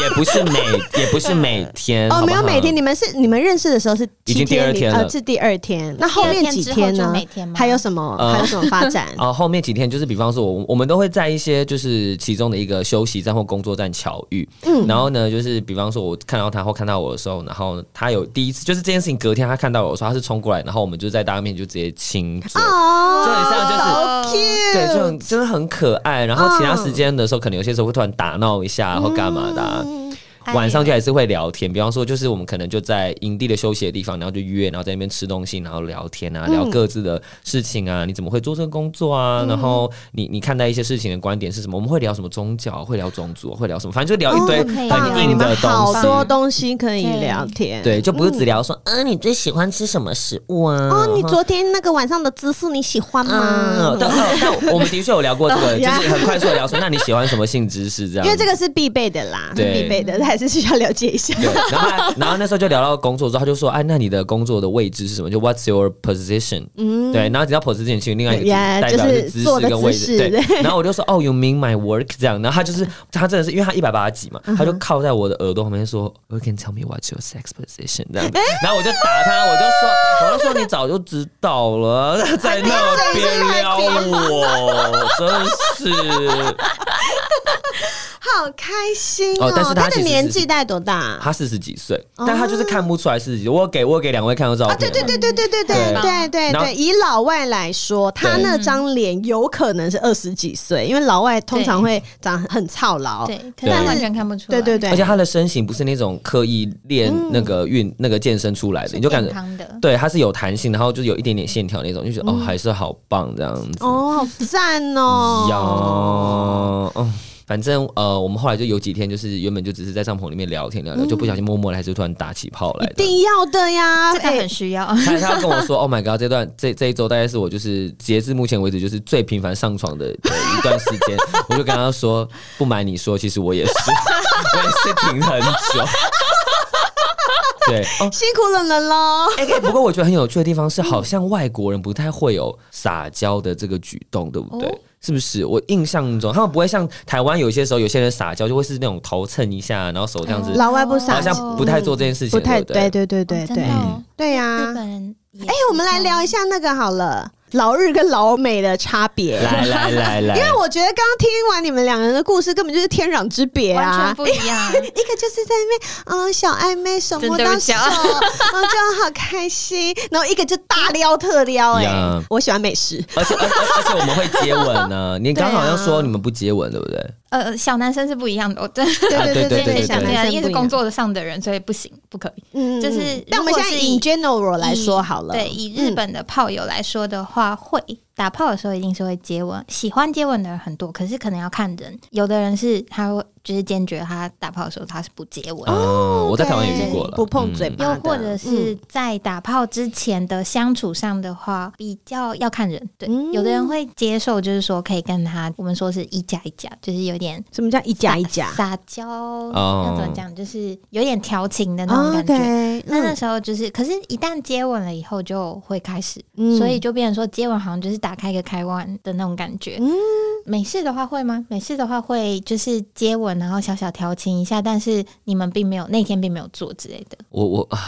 也不是每也不是
<laughs>
每天
哦，没有每天，你
你
们是你们认识的时候是
嗯已
七
经第二
里
天了
呃，是第二天，那后面几
第二天之
呢
后就每天？吗
还有什么？
呃
还有什么发
<laughs>
展？
啊、后面几天就是，比方说，我我们都会在一些就是其中的一个休息站或工作站巧遇，
嗯
然后呢，就是比方说，我看到他或看到我的时候，然后他有第一次，就是这件事情隔天他看到我的时候，他是冲过来，然后我们就在大家面前就直接亲嘴，
哦，
就很像就是
so cute，
对，就很真的很可爱。然后其他时间的时候，可能有些时候会突然打闹一下，或干嘛的啊、
嗯
哎
晚上就还是会聊天，比方说，就是我们可能就在营地的休息的地方，然后就约，然后在那边吃东西，然后聊天
嗯
啊，聊各自的事情啊，你怎么会做这个工作啊？然后你你看待一些事情的观点是什么？我们会聊什么宗教，会聊种族，会聊什么，反正就聊一堆
哦
很
棒
很硬的
你们
东
好
西。
多东西可以聊天。
对，就不是只聊说，嗯、你最喜欢吃什么食物
嗯
啊？
哦，你昨天那个晚上的姿势你喜欢吗
嗯，？但但但我们的确有聊过这
<laughs> 哦
个，就
呀
是很快速的聊说，那你喜欢什么性知识这样？
因为这个是必备的啦，是
对
必备的，还是需要了解一下。
对，然后他然后那时候就聊到工作之后，他就说，哎，那你的工作的位置是什么？就 What's your position？
嗯，
对，然后只要 position 去另外一个
Yeah，
代表
就是
姿势
坐的
跟位
姿势
置，
<laughs>
对。然后我就说，哦，You mean my work？这样，然后他就是他真的是，因为他一百八十几嘛，
嗯
他就靠在我的耳朵旁边说，You can tell me what's your sex position？这样，然后我就打他，我就说，我就说你早就知道了， <laughs> 在那边撩我，真是。
<laughs> 好开心哦！
哦但是他
的
其实
年
是
纪大概多大啊？
他四十几岁，但他就是看不出来四十几岁。我有给我有给两位看过照片，
对对对对对对对
对
对对
然后
对，以老外来说，他
对
那张脸有可能是二十几岁，因为老外通常会长很很操劳。
对，可是他
对
完全看不出来，
对对对，
而且他的身形不是那种刻意练那个运、那个健身出来的，你就感
健
觉
康的。
对，它是有弹性，然后就是有一点点线条那种，就觉得、哦还是好棒这样子。
哦，好赞
<laughs>
哦！
呀，嗯，反正呃，我们后来就有几天就是原本就只是在帐篷里面聊天聊聊，就不小心默默的还是突然打起炮来
一
的。
定要的呀！
这个
哎
很需要，
他他要跟我说 <laughs> ，Oh my god，这段这这一周大概是我就是截至目前为止就是最频繁上床的的一段时间，我就跟他说，不瞒你说，其实我也是，我也是停很久。对，哦，
辛苦冷人喽。
哎、不过我觉得很有趣的地方是，好像外国人不太会有撒娇的这个举动，对不对？
哦
是不是？我印象中，他们不会像台湾有些时候，有些人撒娇就会是那种头蹭一下，然后手这样子，
嗯
老外不撒
好
娇，
像不太做这件事情，
不太
对不对？
对对对
哦哦真的
对
哦
对呀
日！本人也。
嗯哎，我们来聊一下那个好了，老日跟老美的差别。
来来来来，
因为我觉得刚刚听完你们两个人的故事，根本就是天壤之别
完
啊
全！不一样，
一个就是在那边，嗯，小暧昧手摸
真对
到
不起
手，
啊
嗯，就好开心。然后一个就大撩特撩，哎
呀，
我喜欢美食，
而且而且而且我们会接吻
<laughs>
呢、你刚好像
对啊
说你们不接吻，对不对？
呃，小男生是不一样的，我真
对
啊
对
对对
<laughs>
对，
对
小
对
男生
因为
不
是
一
工
样，
作上的人，所以不行，不可以。
嗯
就是
嗯
如
但我们
果
现在
是
以
以
general 来说好了，
对，以日
嗯
本的炮友来说的话，会打炮的时候一定是会接吻，喜欢接吻的人很多，可是可能要看人，有的人是他会就是坚决他打炮的时候他是不接吻。
哦，我在台湾也遇
啊对
过了，
不碰嘴
嗯
巴
又
的，
或者
嗯
是在打炮之前的相处上的话，比较要看人。对，
嗯
有的人会接受，就是说可以跟他，我们说是一夹一夹，就是有点
什么叫一夹一夹
撒娇，要怎么讲？就是有点调情的那种感觉。
哦？OK，
那
嗯
那时候就是，可是，一旦接吻了以后，就会开始，
嗯
所以就变成说，接吻好像就是打开一个开关的那种感觉。
嗯
美式的话会吗？美式的话会就是接吻，然后小小调情一下，但是你们并没有那天并没有做之类的。
我我啊，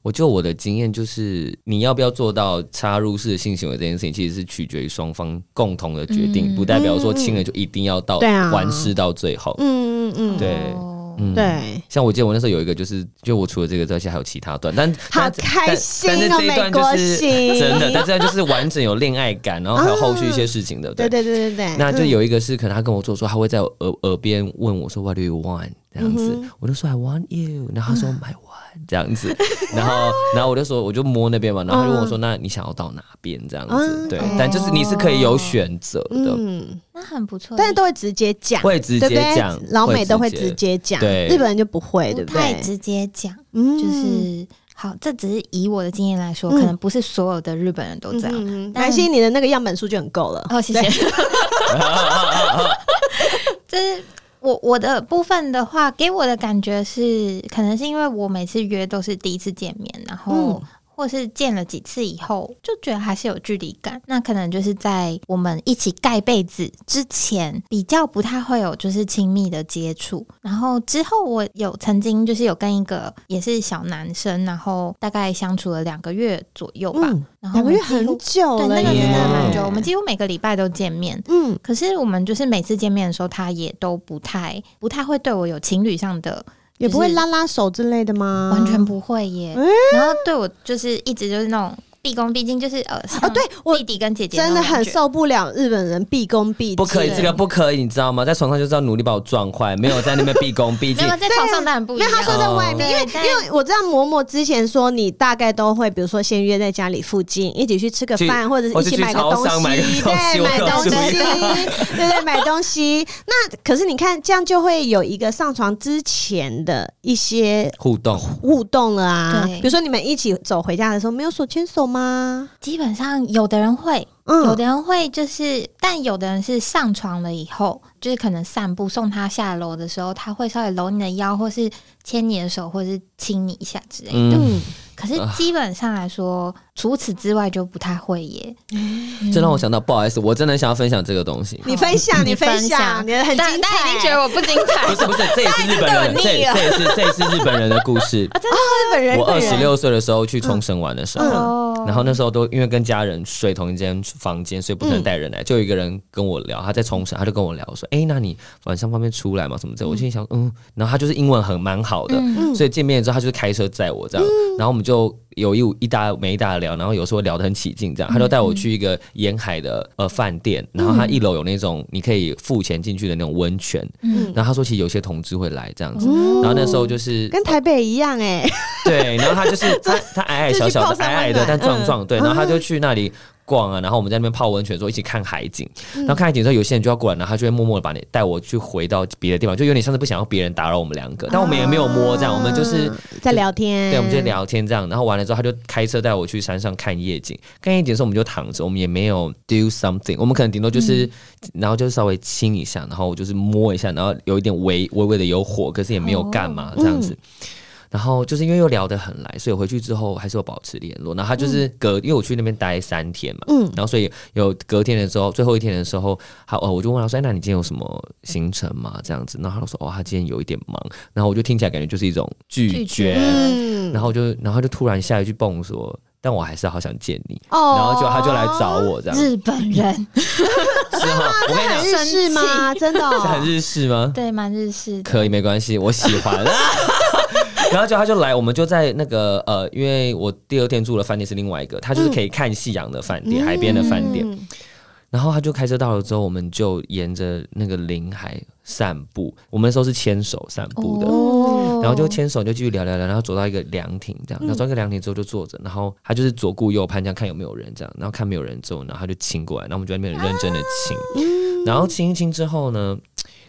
我就我的经验就是，你要不要做到插入式的性行为这件事情，其实是取决于双方共同的决定，
嗯
不代表说亲了就一定要到、
对啊
完事到最后。
嗯嗯嗯，
对
哦
嗯，。
对。
像我记得我那时候有一个，就是就我除了这个之外，其实还有其他段，但
好
但
开心哦
但但是这一段就
美国行
是 <laughs> 真的，但这段就是完整有恋爱感，然后还有后续一些事情，对不
对对对对对，
那就
嗯
有一个是可能他跟我做说，他会在我耳耳边问我说 What do you want？这样子。
嗯哼嗯
我就说 I want you，然后他说 My one 这样子， <laughs> 然后然后我就说我就摸那边嘛，然后他就问我说、那你想要到哪边这样子？
嗯
对
哦，
但就是你是可以有选择的，
嗯，
那很不错耶，
但是都会直接讲，
会直
对不
接
对
讲，
老美都会直。接讲，
对
日本人就不会，对
不
不
太
对？
直接讲，
嗯
就是好，这只是以我的经验来说，
嗯
可能不是所有的日本人都这样。
嗯
但
南希，你的那个样本数就很够了。
哦，谢谢。 <laughs> 就是我我的部分的话，给我的感觉是，可能是因为我每次约都是第一次见面，然后
嗯。
或是见了几次以后，就觉得还是有距离感。那可能就是在我们一起盖被子之前，比较不太会有就是亲密的接触。然后之后我有曾经就是有跟一个也是小男生，然后大概相处了两个月左右吧。
嗯，
然后
两个
我们
月
几乎
很久
对，
哦了耶，
那个是真的蛮久。
耶
我们几乎每个礼拜都见面，
嗯
可是我们就是每次见面的时候，他也都不太不太会对我有情侣上的，
也不会
就是
拉拉手之类的吗？
完全不会耶。
嗯
然后对我就是一直就是那种毕恭毕敬，就是呃，
哦，对我
弟弟跟姐姐
真的
那种
很
感觉。
受不了日本人毕恭毕敬，
不可以，
对
这个不可以，你知道吗？在床上就是要努力把我撞坏，没有在那边毕恭毕
没
<laughs>
敬
有。在床上当然不一
没
样
有，。他说在外面，因为
对但
因为我知道嬷嬷之前说，你大概都会，比如说先约在家里附近一起去吃个
去
饭，或者是
或
一
是
起
去
买个
超
东
商买个
西，
东西
对，
我
买
有
东西，
注意
<laughs> 对对，买东西。那可是你看，这样就会有一个上床之前的一些
互动，
互动了啊，
对
比如说你们一起走回家的时候，没有手牵手吗？
基本上有的人会，有
嗯，
的人会就是，但有的人是上床了以后，就是可能散步送他下楼的时候，他会稍微搂你的腰，或是牵你的手，或是亲你一下之类的。
嗯，
可是基本上来说，除此之外就不太
<laughs>
会耶。
嗯
这让我想到，不好意思，我真的很想要分享这个
<laughs>
东西。
你分享，你
你
分
分
享，
享
你的很精
大
彩，
大家已经觉得我不精彩
不
了，
是不是，这也是日本人，
大家已经
这
对我腻了
这也是这也是日本人的故事。
日本人，
我
日本
二
人
十六岁的时候去冲绳玩的时候，
哦
然后那时候都因为跟家人睡同一间房间，所以不能带人来。就有一个人跟我聊，他在冲绳，他就跟我聊说：“哎、那你晚上方便出来吗？什么之类的？”我心里想，嗯。然后他就是英文很蛮好
嗯
的，所以见面之后他就是开车载我这样，然后我们就有一一搭没一搭地聊，然后有时候聊得很起劲这样。他就带我去一个沿海的呃饭店，然后他一楼有那种你可以付钱进去的那种温泉，
嗯
然后他说其实有些同志会来这样子，
哦
嗯
然后那时候就是
跟台北一样哎、
<laughs> 对，然后他就是
<laughs>
他他矮矮小小
就去泡
的
山
矮矮
温
的，
暖
但壮壮，对，
嗯
然后他就去那里。逛啊，然后我们在那边泡温泉的时候一起看海景，
嗯
然后看海景的时候，有些人就要过来，然后他就会默默的把你带我去回到别的地方，就有点像是不想要别人打扰我们两个，但我们也没有摸这样，我们就是
在聊天，
对，我们
嗯
就。聊天这样，然后完了之后，他就开车带我去山上看夜景。看夜景的时候，我们就躺着，我们也没有 do something，我们可能顶多
嗯
就是，然后就稍微亲一下，然后就是摸一下，然后有一点微微微的有火，可是也没有干嘛、
哦
这样子。
嗯
然后就是因为又聊得很来，所以回去之后还是有保持联络。然后他就是
嗯
隔，因为我去那边待三天嘛，
嗯
然后所以有隔天的时候，最后一天的时候，好，哦，我就问他说：“哎，那你今天有什么行程吗？”这样子，然后他说：“哦，他今天有一点忙。”然后我就听起来感觉就是一种拒
拒
绝
绝，
嗯
然后就然后就突然下一句蹦说，但我还是好想见你，
哦
然后就他就来找我这样，
日本人
是哈，我跟你讲
日式吗？真的、
是很
哦，
日式吗？
对蛮日式的，
可以没关系，我喜欢。 <laughs> 然后就他就来，我们就在那个呃，因为我第二天住的饭店是另外一个，他就是可以看夕阳的饭店，海边的饭店。
嗯
然后他就开车到了之后，我们就沿着那个临海散步。我们那时候是牵手散步的，
哦
然后就牵手就继续聊聊聊，然后走到一个凉亭这样，然后走到一个凉亭之后就坐着，然后他就是左顾右盼这样看有没有人这样，然后看没有人之后，然后他就亲过来，然后我们就在那边很认真的亲，然后亲一亲之后呢。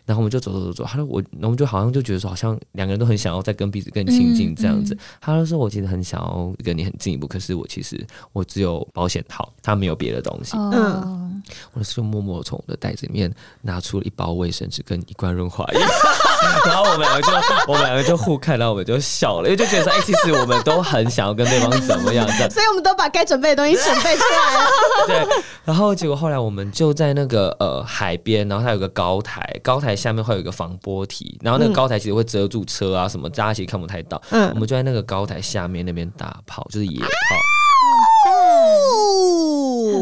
然后我们就走走走走，他说我，然后我们就好像就觉得说，好像两个人都很想要再跟彼此更亲近这样子。他就说，我其实很想要跟你很进一步，可是我其实我只有保险套，他没有别的东西。
嗯，
我就默默从我的袋子里面拿出了一包卫生纸跟一罐润滑液， <laughs> 然后我们两个就我们两个就互看，然后我们就笑了，因为就觉得说，哎、其实我们都很想要跟对方怎么样这样。 <laughs>
所以我们都把该准备的东西准备出来了。
对，然后结果后来我们就在那个呃海边，然后它有个高台，高台下面会有一个防波堤，然后那个高台其实会遮住车啊什么，大家其实看不太到。
嗯
我们就在那个高台下面那边打炮，就是野炮。
哦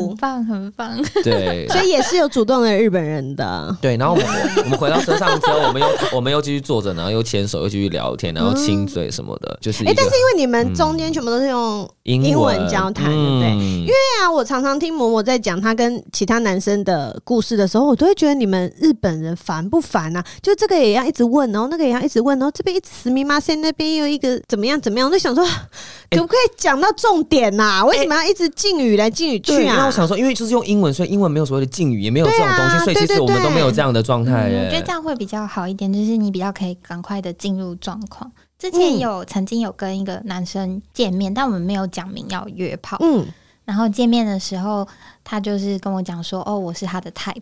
很，棒，很棒。
对
所以也是有主动的日本人
<laughs>
的。
对，然后我们我们回到车上之后，我们又我们又继续坐着，然后又牵手，又继续聊天，然后亲嘴什么的，就是一
哎、
个
嗯但是因为你们中间全部都是用
英嗯
英文交谈对不对
因为
对啊，我常常听嬷嬷在讲她跟其他男生的故事的时候，我都会觉得你们日本人烦不烦啊？就这个也要一直问，然哦后那个也要一直问，然后这边一直死密妈塞，那边又一个怎么样怎么样，我就想说， <sighs> 可不可以讲到重点呐、为什么要一直敬语来敬语去
对，那
啊
我？想说，因为就是用英文，所以英文没有所谓的敬语，也没有这种东西，
对啊
所以其
对
实
对
我们都
对
没有这样的状态耶。
嗯我觉得这样会比较好一点，就是你比较可以赶快的进入状况。之前
嗯
有、曾经有跟一个男生见面，但我们没有讲明要约炮。
嗯
然后见面的时候，他就是跟我讲说：“哦，我是他的 type。”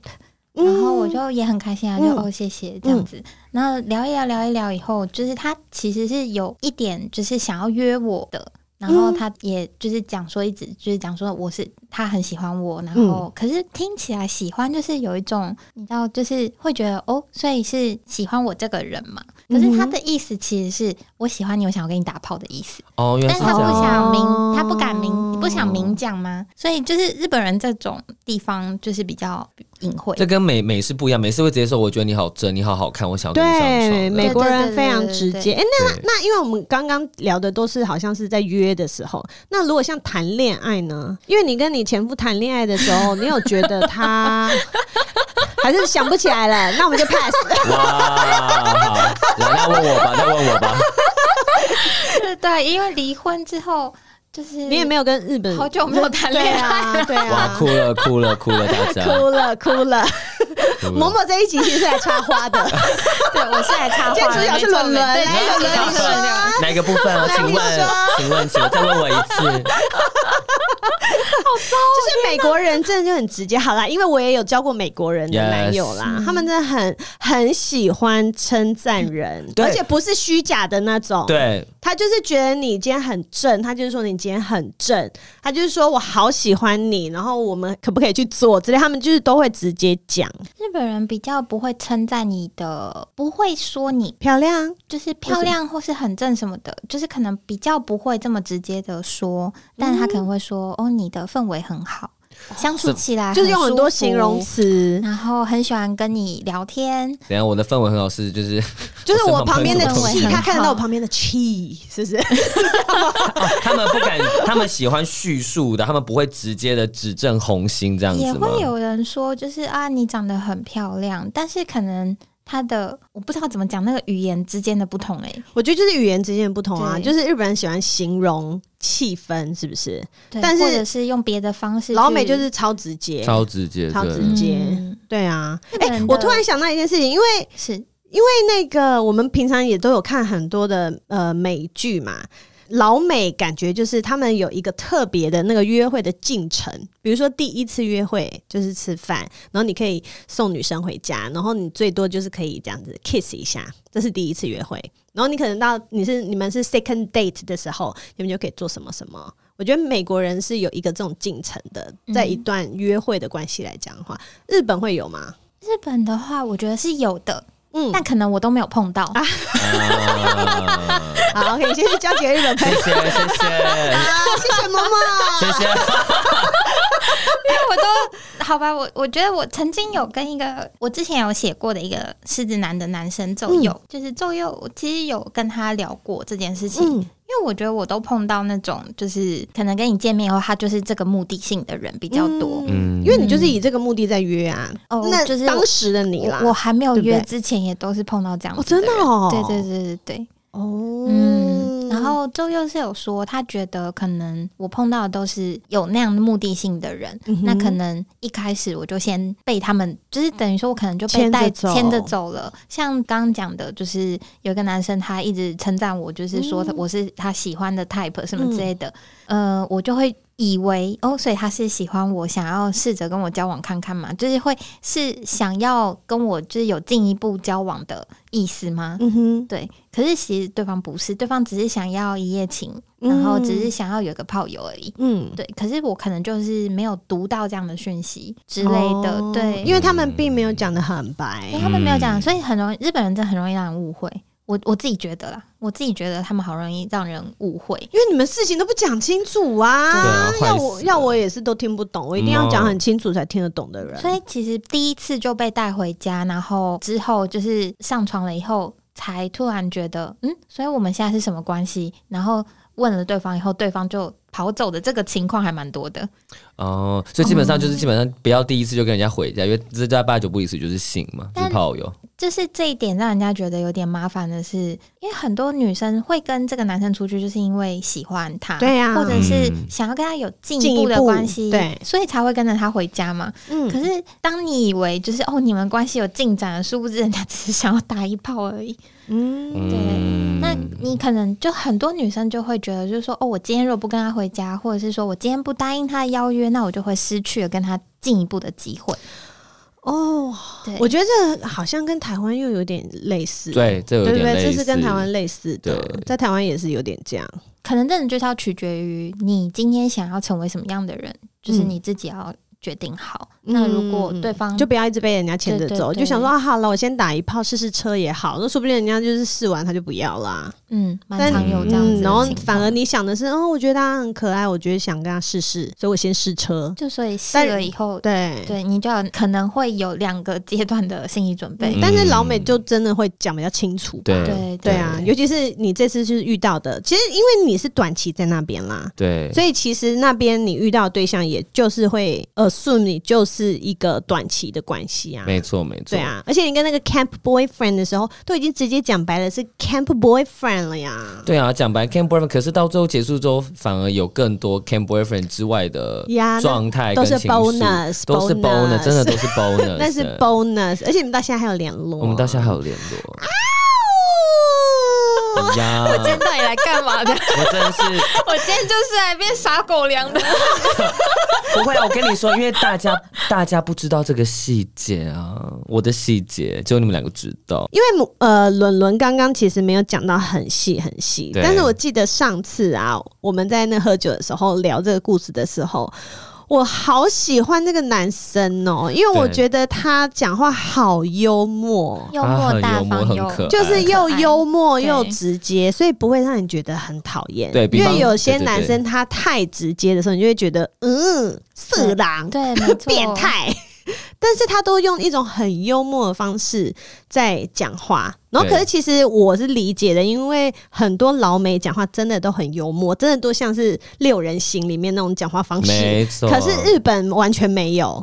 嗯
然后我就也很开心啊，就、
嗯
哦谢谢这样子。然后聊一聊聊一聊以后，就是他其实是有一点就是想要约我的，然后
嗯
他也就是讲说一直就是讲说我是他很喜欢我，然
嗯
后可是听起来喜欢就是有一种你知道就是会觉得哦，所以是喜欢我这个人嘛。可是他
嗯哼
的意思其实是我喜欢你，我想要跟你打炮的意思。
哦，原来
但
是
是
这
他不
样。
想明，
哦
他不敢明，不想明讲吗？所以就是日本人这种地方就是比较隐晦。
这跟美美是不一样，美是会直接说，我觉得你好正，你好好看，我想跟你上
对，
床的。
美国人非常直接。哎、那
对
那因为我们刚刚聊的都是好像是在约的时候，那如果像谈恋爱呢？因为你跟你前夫谈恋爱的时
<laughs>
候，你有觉得他 <laughs> 还是想不起来了？那我们就
<laughs>
pass。
哇，好，来，那问我吧，那问我吧。
对对，因为离婚之后就是
你也没有跟日本
好久没有谈恋爱
<laughs> 对啊，
哇，哭
对啊。
了，哭了，哭了，大家。
哭了哭了，
哭了
某某这一集其实是来插花的，
<laughs> 对，我是来插话的，
今天主角是伦伦
没错
来
没错
伦伦
没
你
错没错
哪一个部分啊？请问，请问，请再问我一次。
就是美国人真的就很直接。好啦，因为我也有交过美国人的
Yes
男友啦他们真的很很喜欢称赞人，
嗯对
而且不是虚假的那种。，
对，
他就是觉得你今天很正，他就是说你今天很正，他就是说我好喜欢你，然后我们可不可以去做之类，他们就是都会直接讲
日本人比较不会称赞你的，不会说你
漂亮。
就是漂亮或是很正什么的，就是可能比较不会这么直接的说，但他可能会说、哦，你的氛围很好，相处
是
起来
就是用很多
舒服
形容
嗯
词，
然后很喜欢跟你聊天，
等一下我的氛围很好，是 <laughs> 就是
就是我旁边的
我身旁朋
气，
友
他看得到我旁边的气，是不是？
他们不 <laughs> 敢，他们喜欢叙述的，他们不会直接的指正红心这样
也
子吗？
会有人说，就是啊，你长得很漂亮，但是可能他的我不知道怎么讲那个语言之间的不同哎、
我觉得就是语言之间的不同啊，
对
就是日本人喜欢形容气氛，是不是？
对
但是
或者是用别的方式去，
老美就是超直接，
超直接，
超
对
直接
嗯
对啊。
日
哎、
本人的
我突然想到一件事情，因为
是
那个我们平常也都有看很多的呃美剧嘛。老美感觉就是他们有一个特别的那个约会的进程，比如说第一次约会就是吃饭，然后你可以送女生回家，然后你最多就是可以这样子 kiss 一下，这是第一次约会。然后你可能到你是你们是 second date 的时候，你们就可以做什么什么。我觉得美国人是有一个这种进程的，在一段约会的关系来讲的话，日本会有吗？
日本的话，我觉得是有的，
嗯，
但可能我都没有碰到。
啊
好，OK，谢谢交几个日本朋
谢
友
谢，谢谢。
啊，谢谢妈妈。
谢谢。
我都好吧，我我觉得我曾经有跟一个我之前有写过的一个狮子男的男
嗯
生周佑，就是周佑，我其实有跟他聊过这件事情，
嗯
因为我觉得我都碰到那种就是可能跟你见面以后，他就是这个目的性的人比较多。
嗯，因为你就是以这个目的在约啊。
哦
那
就是
当时的你啦。
我我还没有
对不对
约之前，也都是碰到这样
哦，
子
真
人
的哦，
对对对对对，
哦，
嗯，然后周佑是有说，他觉得可能我碰到的都是有那样的目的性的人，
嗯哼
那可能一开始我就先被他们，就是等于说我可能就被
牵着
带
走
牵着走了。像刚刚讲的，就是有一个男生他一直称赞我，就是说
嗯
他我是他喜欢的 type 什么之类的，呃，我就会。以为哦，所以他是喜欢我，想要试着跟我交往看看嘛，就是会是想要跟我就是有进一步交往的意思吗？
嗯哼，
对，可是其实对方不是，对方只是想要一夜情，
嗯
然后只是想要有个炮友而已。
嗯
对，可是我可能就是没有读到这样的讯息之类的，
哦哎
对，因为
因为他们并没有讲的很
因为
白。
他们没有讲，
嗯
所以很容易日本人真的很容易让人误会。我我自己觉得啦，我自己觉得他们好容易让人误会。
因为你们事情都不讲清楚啊，
对啊坏嗯
要
死
我
了
要我也是都听不懂，我一定要讲很清楚才听得懂的人。
所以其实第一次就被带回家，然后之后就是上床了以后，才突然觉得，嗯，所以我们现在是什么关系？然后问了对方以后，对方就跑走的这个情况还蛮多的。
<laughs> 哦，所以基本上就是基本上不要第一次就跟人家回家，因为这家八九不离十就是性嘛，就
但
是炮友。
就是这一点让人家觉得有点麻烦的是，因为很多女生会跟这个男生出去，就是因为喜欢他，
对啊
或者是
嗯
想要跟他有进
进
一
一
步的
步
关系，
对
所以才会跟着他回家嘛。
嗯
可是当你以为就是哦，你们关系有进展了，殊不知人家只是想要打一炮而已。
嗯，
对，那你可能就很多女生就会觉得，就是说哦，我今天如果不跟他回家，或者是说我今天不答应他的邀约，那我就会失去了跟他进一步的机会。
哦，
对，
我觉得这好像跟台湾又有点类似，
对，这有
对不
点类
对？
似。
这是跟台湾类似的
对，
在台湾也是有点这样。
可能真的就是要取决于你今天想要成为什么样的人，就是你自己要决定好。那如果对方
嗯就不要一直被人家牵着
对对
走，
对
就想说啊，好了，我先打一炮试试车也好，那说不定人家就是试完他就不要啦。
嗯，蛮
但
常有这样子的
嗯，
情
然
况、
后反而你想的是，嗯，我觉得他很可爱，我觉得想跟他试试，所以我先试车。
就所以试
但
了以后，对
对，
你就要可能会有两个阶段的心理准 <laughs> 备。
嗯
但是老美就真的会讲比较清楚吧。
对
对
对啊，尤其是你这次是遇到的，其实因为你是短期在那边啦，
对，
所以其实那边你遇到的对象也就是会 assume 你就是一个短期的关系啊。
没错没错。
对，啊，而且你跟那个 camp boyfriend 的时候，都已经直接讲白了是 camp boyfriend 了呀。
对啊，讲白 cam boyfriend，可是到最后结束之后，反而有更多 cam boyfriend 之外的
呀那
状态
都
跟
是
情绪，
bonus，
都是 bonus，真的呃都是 bonus，
<laughs> 那是 bonus，而且你们到现在还有联络。啊
我们到现在还有联络。呀，我
今天到底来干
<laughs>
嘛的？
真的是
我今天就是来变傻狗粮的。
不会啊，我跟你说，因为大家大家不知道这个细节啊，我的细节只有你们两个知道。
因为母呃，伦伦刚刚其实没有讲到很细很细，
对
但是我记得上次啊，我们在那喝酒的时候聊这个故事的时候，我好喜欢那个男生哦、因为我
对
觉得他讲话好幽默，
<laughs> 幽
他
默
很
大
啊幽默
方
很
又
可爱
就是又幽默
对
又直接，所以不会让你觉得很讨厌。
对比
因
方
为有些
对对对
男生他太直接的时候，你就会觉得嗯，色狼、
对，没错，
<laughs> 变。态。但是他都用一种很幽默的方式在讲话，然后
对
可是其实我是理解的，因为很多老美讲话真的都很幽默，真的都像是六人行里面那种讲话方式。
没错，
可是日本完全没有，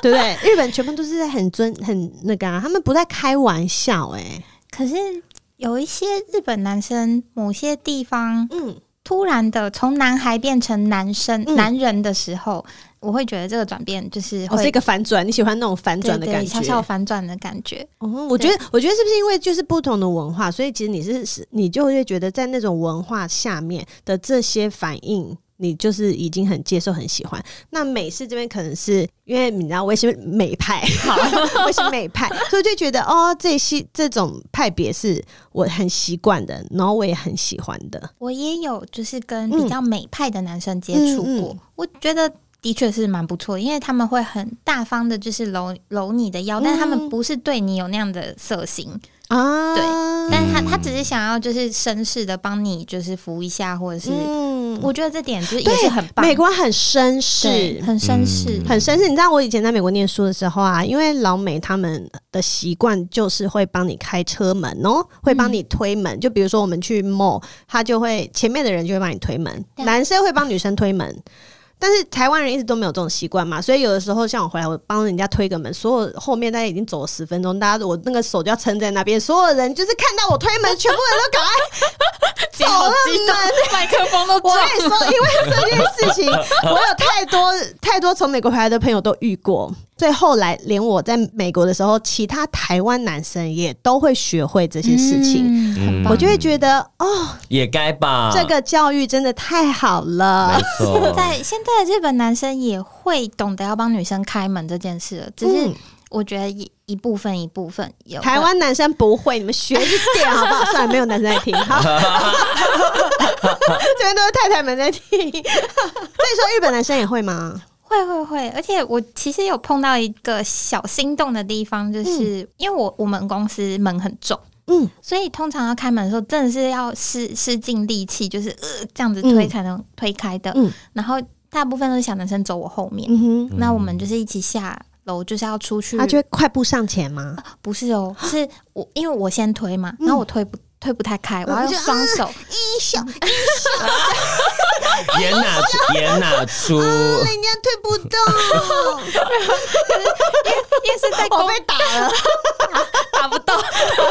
对不对？日本全部都是在很尊很那个、啊，他们不在开玩笑、哎，
可是有一些日本男生，某些地方
嗯，
突然的从男孩变成男生、
嗯
男人的时候，我会觉得这个转变就是
我、哦
会
是一个反转，你喜欢那种反
对
转的
对
感觉？
小小反转的感觉。
哦，我觉得，我觉得是不是因为就是不同的文化，所以其实你是是，你就会觉得在那种文化下面的这些反应，你就是已经很接受、很喜欢。那美式这边可能是因为你知道我也是美派， <laughs> 好，我也是美派，所以就觉得哦，这些这种派别是我很习惯的，然后我也很喜欢的。
我也有就是跟
嗯
比较美派的男生接触
嗯嗯
过，我觉得。的确是蛮不错，因为他们会很大方的，就是搂搂你的腰，但他们
嗯
不是对你有那样的色心，
啊，
对
对，
但是他他只是想要就是绅士的帮你就是扶一下，或者是、
嗯
我觉得这点就是也
对
是很棒，
美国很绅
对
士，
很绅士，
嗯
很绅士。你知道我以前在美国念书的时候啊，因为老美他们的习惯就是会帮你开车门哦，会帮你推门。就比如说我们去 mall，他就会前面的人就会帮你推门，
对
男生会帮女生推门。但是台湾人一直都没有这种习惯嘛，所以有的时候像我回来，我帮人家推个门，所有后面大家已经走了十分钟，大家我那个手就要撑在那边，所有人就是看到我推门，全部人都赶快
姐好激动，麦克风都
我
撞
跟你说，因为这件事情，我有太多太多从美国回来的朋友都遇过，所以后来连我在美国的时候，其他台湾男生也都会学会这些事情。
嗯很棒
我就会觉得，哦，
也该吧。
这个教育真的太好了嗯
没。
<laughs> 哦
错，
在现在的日本男生也会懂得要帮女生开门这件事了，只是
嗯
我觉得一一部分一部分有的
台湾男生不会，你们学一点好不好？虽然没有男生在听，
<laughs>
好，这边都是太太们在听。所以说，日本男生也会吗？
会会会，而且我其实有碰到一个小心动的地方，就是、因为我我们公司门很重，
嗯，
所以通常要开门的时候，真的是要施施尽力气，就是呃这样子推
嗯
才能推开的。
嗯
然后大部分都是小男生走我后面，
嗯哼，
那我们就是一起下楼，就是要出去。
他就会快步上前吗？
不
<gasps>
是哦，是我因为我先推嘛，
嗯
然后我推不。推不太开，我要用
就啊
双手，
一小人
演哪出演哪出？
家推不
<laughs>
动，
因为是在公 <laughs>
我被打了。
打不到。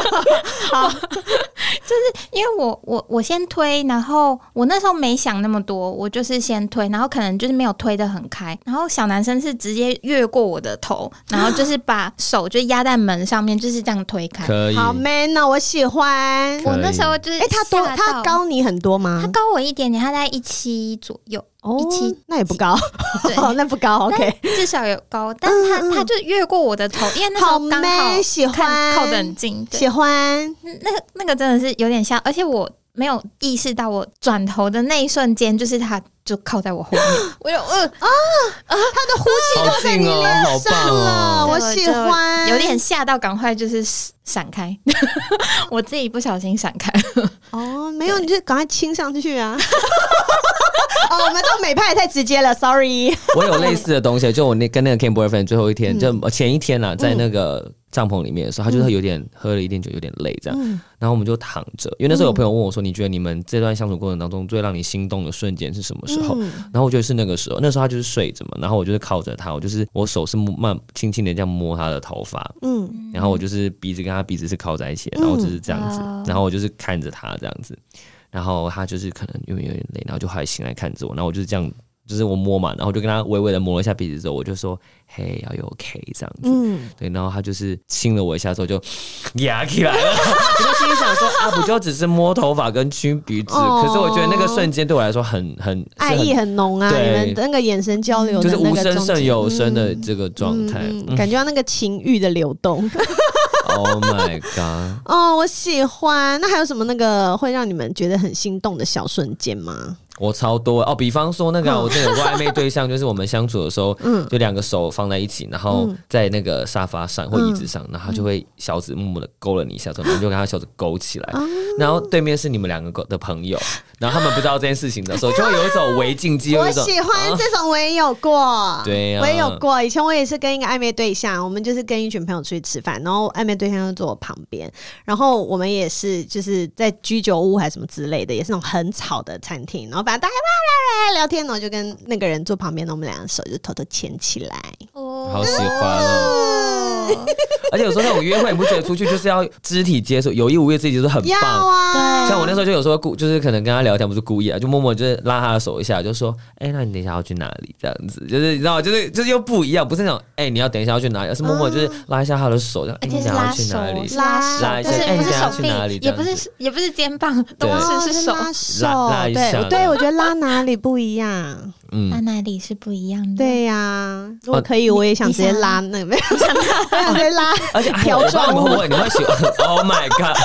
<laughs> 好，就是因为我我我先推，然后我那时候没想那么多，我就是先推，然后可能就是没有推的很开，然后小男生是直接越过我的头，然后就是把手就压在门上面，就是这样推开。
可以，
好 man 哦，我喜欢。
可
哎我那时候就是
哎，他多
吓到
他，高嗯你很多吗
他？高我一点点，他在一七左右，
哦
一七
那也不高， <laughs> 哦
对。
那不高。OK，
但至少有高，但是他、
嗯嗯
他就越过我的头，因为那时
好
候刚
man，喜
看
欢，
靠得很近，对
喜欢。
那个那个真的是有点像，而且我没有意识到，我转头的那一瞬间，就是他就靠在我后面，我有呃，
他的呼吸
好
都在你
近哦，
脸
好
上
棒
了，
哦！
我
对
喜
就
欢。
有点吓到，赶快就是闪开，我自己不小心闪开，
哦，没有，你就赶快亲上去
<laughs>
啊。哦，我们这种美派太直接了，sorry。
<laughs> 我有类似的东西，就我那跟那个 Kim boyfriend 最后一天，就前一天啦，在那个帐篷里面的时候，他就是有点喝了一点酒，有点累
嗯
这样，然后我们就躺着，因为那时候有朋友问我说，你觉得你们这段相处过程当中最让你心动的瞬间是什么时
嗯
候？然后我觉得是那个时候，那时候他就是睡着嘛，然后我就是靠着他，我就是我手是摸慢轻轻的这样摸他的头发，
嗯，
然后我就是鼻子跟他鼻子是靠在一起的，然后我就是这样子，
嗯
然后我就是看着他这样子，然后他就是可能因为有点累，然后就后来醒来看着我，然后我就是这样，就是我摸嘛，然后就跟他微微的摸了一下鼻子之后，我就说嘿，要有 OK 这样子，
嗯
对，然后他就是亲了我一下之后就压起来了， <laughs> 我就心里想说啊，不就只是摸头发跟亲鼻子，
哦
可是我觉得那个瞬间对我来说很很是
爱意很浓啊，
对
你们那个眼神交流
就
的
是
那
无
个
声
中
胜
间
有声的这个状
嗯
态。
嗯
嗯
感觉到那个情欲的流动。
<laughs> Oh my god！
哦，我喜欢。那还有什么那个会让你们觉得很心动的小瞬间吗？
我超多哦，比方说那个啊、
嗯
我这有个暧昧
<laughs>
对象，就是我们相处的时候，
嗯
就两个手放在一起，然后在那个沙发上或椅子
嗯
上，然后他就会小指默默的勾了你一下，之后你就跟他小指勾起来，
哦
然后对面是你们两个的朋友，然后他们不知道这件事情的时候，就会有一种违禁机，有
我
一种
喜欢
啊
这种，我也有过，
对啊
我也有过。以前我也是跟一个暧昧对象，我们就是跟一群朋友出去吃饭，然后暧昧对象就坐我旁边，然后我们也是就是在居酒屋还是什么之类的，也是那种很吵的餐厅，然后反正大家哇啦啦聊天，然后就跟那个人坐旁边，然后我们两个手就偷偷牵起来，
好喜欢哦！而且有时候那种约会，你不觉得出去就是要肢体接触，有意无意自己就是很
要
棒。
啊，
像我那时候就有时候故，就是可能跟他聊天不是故意啊，就默默就是拉他的手一下，就说：“哎、那你等一下要去哪里？”这样子，就是你知道吗，就是就是又不一样，不是那种“哎、你要等一下要去哪里”，而是默默就是拉一下他的手，这样。哎、
而
你
且是
想要
拉
去
手
哪里？
拉手
拉一
就
下，
是
哎、
不
你等
是
一下
手
去哪里？
臂，
这
也
样
不
子
是也不是肩膀，都
对
哦
是是手，
拉手，
拉拉一下
对
的
对，我觉得拉哪里不一样，
那
嗯，
哪里是不一样的？，
对呀、
哦
如果可以，我也想直
啊
接拉那个，没 <laughs> 有，我想直接拉
而且哎呦，
条
我帮
状
你们
物，
问，你会喜欢
<laughs>
？Oh my god！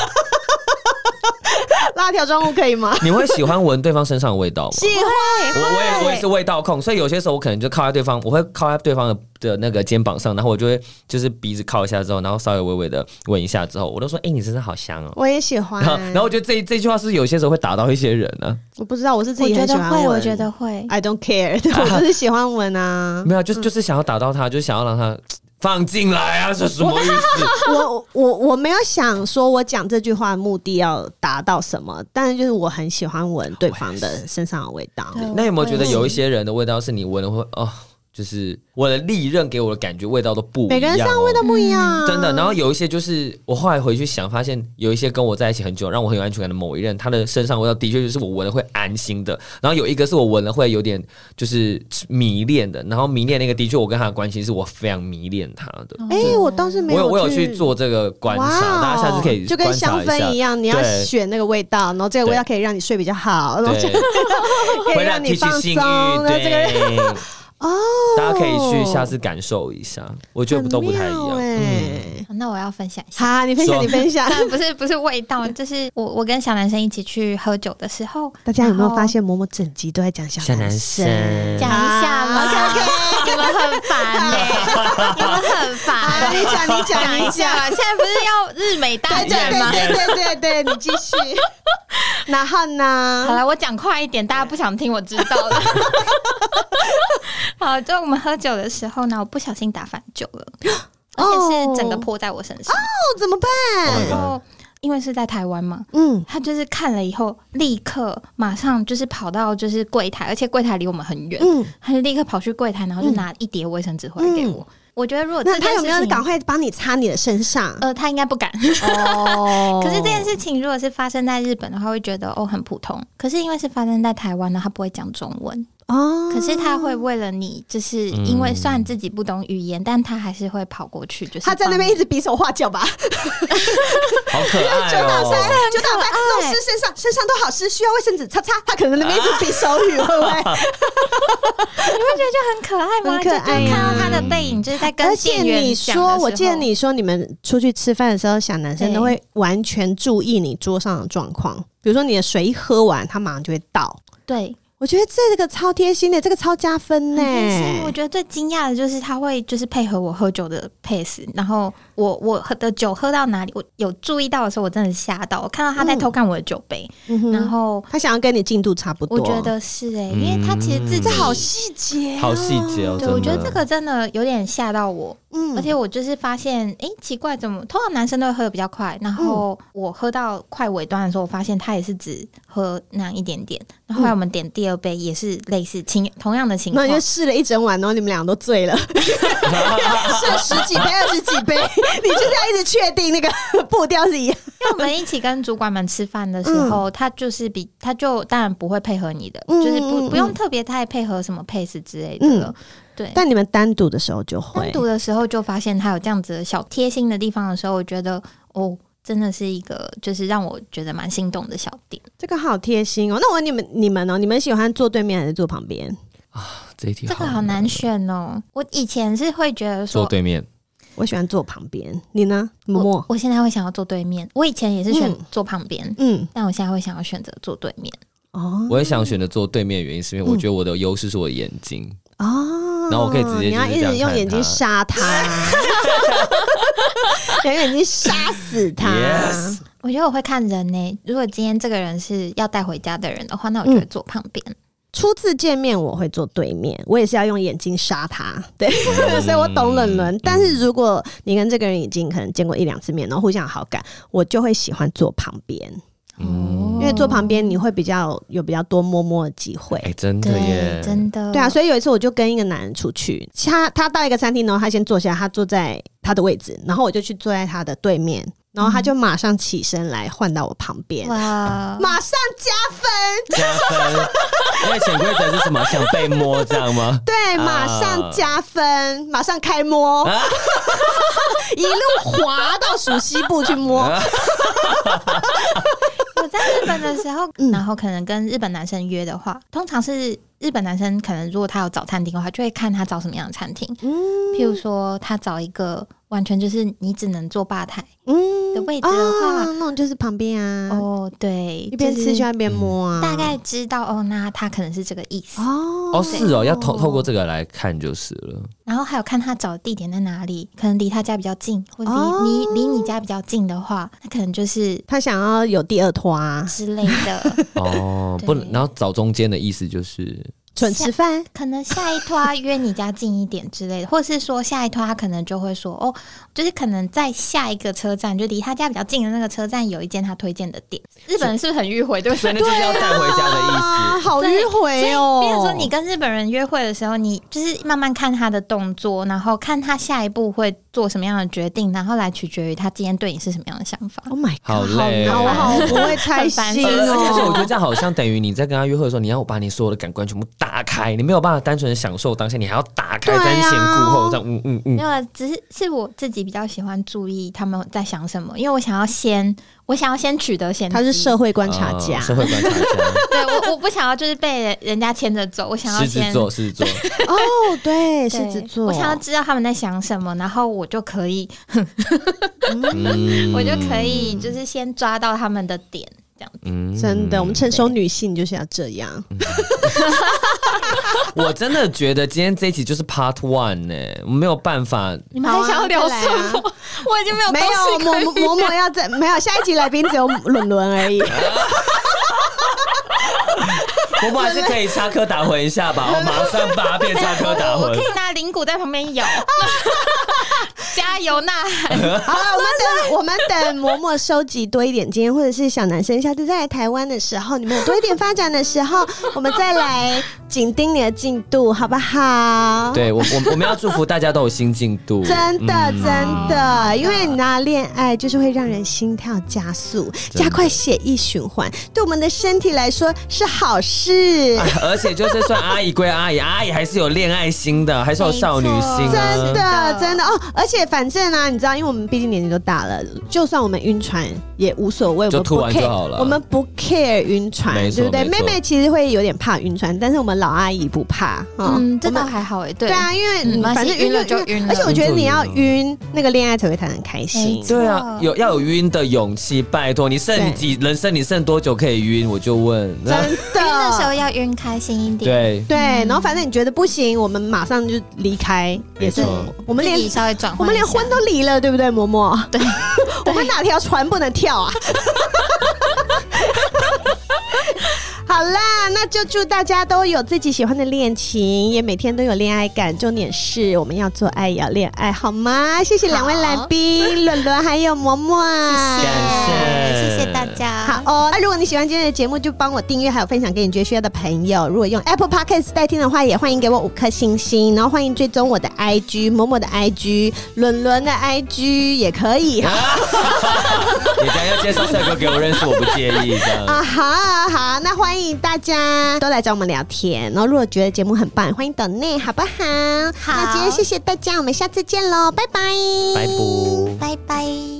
拉条状物可以吗？
你会喜欢闻对方身上的味道吗？
喜欢，
我我也我也是味道控，所以有些时候我可能就靠在对方，我会靠在对方的的那个肩膀上，然后我就会就是鼻子靠一下之后，然后稍微微微的闻一下之后，我都说：“哎、你身上好香哦。”
我也喜欢。
然后，然后我觉得这这句话是有些时候会打到一些人啊呢、
我不知道，我是自
我
己
觉
很喜
得
欢
会，
闻
我觉得会，
I don't care，对
<laughs>
我就是喜欢闻
<laughs>
啊。
没有，就是就是想要打到他，就是想要让他 <sniffs> 放进来啊，是什么意
<laughs>
思？
我我我没有想说我讲这句话的目的要达到什么，但是就是我很喜欢闻对方的身上的味道。
对
那有没有觉得有一？
我也是
些人的味道是你闻了会
嗯
哦，就是我的利刃给我的感觉味道都不一样、哦，
每个人身上味道不一样啊，
真的。然后有一些就是我后来回去想，发现有一些跟我在一起很久，让我很有安全感的某一任，他的身上味道的确就是我闻了会安心的。然后有一个是我闻了会有点就是 <sniffs> 迷恋的，然后迷恋那个的确我跟他的关系是我非常迷恋他的。
哎、
嗯
我倒是没
我有我有
去
去做这个观
哇
察，
哦
大家下次可以
就跟
观察
香
一下
氛一样，你要
对
选那个味道，然后这个味道可以让你睡比较好，然后
对，
可以
会
让
让
你
提起
放松啊
性欲，。 <laughs>
那这个人
对，
哦，
大家可以去下次感受一下，我觉得都不太一样。嗯，
哎，
那我要分享一下。
好，你分享，
说
你分享。
但 <laughs> 不是不是味道，就是我我跟小男生一起去喝酒的时候，
大家有没有
然后
发现，嬷嬷整集都在讲小
小男
生？
生
讲一下嘛？
啊
<laughs> 你们很烦嘞、你们很
啊，
烦。
你讲，你讲，
讲
你
一下
讲。
吧，现在不是要日美大
对对
战吗？
对对对对对，你继续。然后
好
呢？
了，我讲快一点，大家不想听，我知道了。 <laughs> 好，就我们喝酒的时候呢，我不小心打翻酒
<gasps>
了，而且是整个泼在我身上。
哦，怎么办？
然后因为是在台湾嘛，
嗯，
他就是看了以后，立刻马上就是跑到就是柜台，而且柜台离我们很远，
嗯
他就立刻跑去柜台，然后就拿一叠卫生纸回来给我。我觉得如果
那
这
他
件
有
事
没有
情，
赶快帮你擦你的身上？
呃，他应该不敢。
哦
<laughs> 可是这件事情如果是发生在日本的话，会觉得哦很普通。可是因为是发生在台湾呢，他不会讲中文，
哦，
可是他会为了你，就是因为虽然自己不懂语言，但他还是会跑过去，就是
他在那边一直比手画脚吧，
好可爱
就打
哦、
在 <laughs> <laughs> 就打在弄湿身上，身上都好湿，需要卫生纸擦擦。他可能在那边一直比手语，会不 <laughs> 会？
帮你，就很可爱吗？
很可爱啊
就看到他的背影，就是在跟
而且
店员
你
讲的时
说，
候
我记得你说你们出去吃饭的时候，小男生
对
都会完全注意你桌上的状况，比如说你的水一喝完，他马上就会倒。
对，
我觉得这个超贴心的，这个超加分呢。
但是我觉得最惊讶的就是他会就是配合我喝酒的 pace，然后我我喝的酒喝到哪里，我有注意到的时候，我真的吓到，我看到他在偷看我的酒杯，
哦嗯哼
然后
他想要跟你进度差不多，
我
啊
觉得是哎、因为他其实自己、
嗯这好
细节哦
好细节哦，
对，我
真
觉
的
得这个真的有点吓到我，
嗯
而且我就是发现，诶，奇怪，怎么通常男生都会喝的比较快，
嗯
然后我喝到快尾端的时候，我发现他也是只喝那样一点点。然后后来我们点第二杯也是类似情同样的
嗯
情
那
况
你，就试了一整晚，然后你们俩都醉了，试
<laughs>
了十几杯、二十几杯， <laughs> 你就是要一直确定那个步调是一样。
因为我们一起跟主管们吃饭的时候，他就是比他就当然不会配合你的，
嗯
就是
嗯
不
嗯
不用特别太配合什么 pace 之类的了。对，
但你们单独的时候就会
单独的时候就发现他有这样子的小贴心的地方的时候，我觉得哦，真的是一个就是让我觉得蛮心动的小点。
这个好贴心哦。那我问你们，你们哦，你们喜欢坐对面还是坐旁边？
啊这一题
这个好难选哦。我以前是会觉得
坐
说，
对面，
我喜欢坐旁边，你呢，默
我
默？
我现在会想要坐对面。我以前也是选
嗯
坐旁边，
嗯，
但我现在会想要选择坐对面。
哦
我也想选择坐对面的原因是因为我觉得我的优势是我的眼睛，
嗯哦，
然后我可以直接
你要
就是
一
这样
直用
看
眼睛
他
杀他， <laughs> 用眼睛杀死他。
Yes
我觉得我会看人呢、如果今天这个人是要带回家的人的话，那我就
嗯
会坐旁边。
初次见面我会坐对面，我也是要用眼睛杀他，对，<laughs>
嗯
所以我懂冷伦。但是如果你跟这个人已经可能见过一两次面，然后互相有好感，我就会喜欢坐旁边，
哦
因为坐旁边你会比较有比较多摸摸的机会。
哎、哦真的耶
对，，真的
对啊，所以有一次我就跟一个男人出去，他他到一个餐厅，然后他先坐下，他坐在他的位置，然后我就去坐在他的对面，然后他就马上起身来换到我旁边， <laughs>
哇，
马上加分。
加分。 <laughs> 因为潜规则是什么？想被摸这样吗？
对，
啊
马上加分，马上开摸，
<laughs>
一路滑到属西部去
啊
摸。
我在日本的时
<laughs>
候，
嗯
然后可能跟日本男生约的话，通常是日本男生可能如果他有找餐厅的话，就会看他找什么样的餐厅。
嗯
譬如说他找一个完全就是你只能坐吧台
嗯
的位置的话，
那种就是旁边啊，
哦，对，
一边
就
吃
是
就一边摸啊，
大概知道哦，那他可能是这个意思。
哦
哦，是哦，要透透过这个来看就是了。
然后还有看他找的地点在哪里，可能离他家比较近，或离
哦
离离你家比较近的话，那可能就是
他想要有第二拖
<laughs>
啊，
之类的。
<laughs>
哦，
对
不能，然后找中间的意思就是
准吃饭。
可能下一拖他约你家近一点之类的，或是说下一拖他可能就会说哦，就是可能在下一个车站，就离他家比较近的那个车站有一间他推荐的店。日本人是不是很迂回？对不
所以
对？ <laughs>
那就是要带回家的意
啊，
思。
好迂回哦！
所以变成说你跟日本人约会的时候，你就是慢慢看他的动作，然后看他下一步会做什么样的决定，然后来取决于他今天对你是什么样的想法。
，Oh my God，
好累
好难
哦
我好不会猜心
很
而
烦
且
哦。
我觉得这样好像等于你在跟他约会的时候，你要把你所有的感官全部打打开，你没有办法单纯的享受当下，你还要打开
对啊
瞻前顾后，这样嗯嗯
没
嗯，
有啦，只是是我自己比较喜欢注意他们在想什么，因为我想要先，我想要先取得先
<laughs>
机。
他是社会观察家
啊，社会观
<laughs>
察家，
对我，我不想要就是被人家牵着走，我想要
<laughs> 狮子
先
座，狮
<laughs>
子座，
哦，对，
对
狮子座，
我想要知道他们在想什么，然后我就可以，
嗯
我就可以就是先抓到他们的点，这样子。
嗯
真的，我们成熟女性就是要这样。
嗯
我真的觉得今天这一集就是 Part One 呢、我没有办法。
你们还想要聊什
好
么？我已啊经没有
没
东西可以
有，嬷嬷嬷要在，没有下一集来宾只有伦伦而 <laughs> 已。
我们还是可以插科打诨一下吧，我马上把它变插科打
我可
诨。
以拿铃鼓在旁边 <laughs> 摇，加油呐喊！
好了，我们等我们等嬷嬷收集多一点经验，或者是小男生下次再来台湾的时候，你们有多一点发展的时候，我们再来紧盯你的进度，好不好？。
<laughs> 对我，我我们要祝福大家都有新进度。
真的，
嗯
真的，因为你知道，恋爱就是会让人心跳加速，
真的
加快血液循环，对我们的身体来说是好事。
哎而且就是算阿姨归阿姨，阿姨还是有恋爱心的，还是有少女心
没错
真
啊。
的
的
真的哦，而且反正啊，你知道，因为我们毕竟年纪都大了，就算我们晕船也无所谓，我
就
们不
吐完
care，
就好了
我们不 care 晕船，
没错
对不对？
没
妹
错
妹其实会有点怕晕船，但是我们老阿姨不怕啊。
嗯，这
我
倒
们
还好哎，对
对啊，因为
嗯
你
没关
反
系
正晕
晕了就晕了
而且我觉得你要
晕就
晕那个恋爱才会谈得开心
没。错
对啊，有要有晕的勇气，拜托你剩你几人生你剩多久可以晕？我就问。
真
<laughs> 晕的时候
的。
要晕开心一点，
对，
对，然后反正你觉得不行，我们马上就离开，也是
没错
我们连
自己稍微转
我
换一下，
们连婚都离了，对不对，嬷嬷？对， <laughs> 我们哪条船不能跳啊？ <laughs> 好啦，那就祝大家都有自己喜欢的恋情，也每天都有恋爱感。重点是我们要做爱，也要恋爱，好吗？谢谢两位来宾，伦伦还有嬷嬷。
感谢
谢谢大家，
好哦，那如果你喜欢今天的节目，就帮我订阅，还有分享给你觉得需要的朋友。如果用 Apple Podcast 代听的话，也欢迎给我五颗星星，然后欢迎追踪我的 IG、某某的 IG、伦伦的 IG 也可以。
你等一下要介绍帅哥给我认识，我不介意这样。
啊好好，那欢迎大家都来找我们聊天。然后如果觉得节目很棒，欢迎抖内，好不好？好那今天谢谢大家，我们下次见喽，拜拜，
拜拜。
拜拜。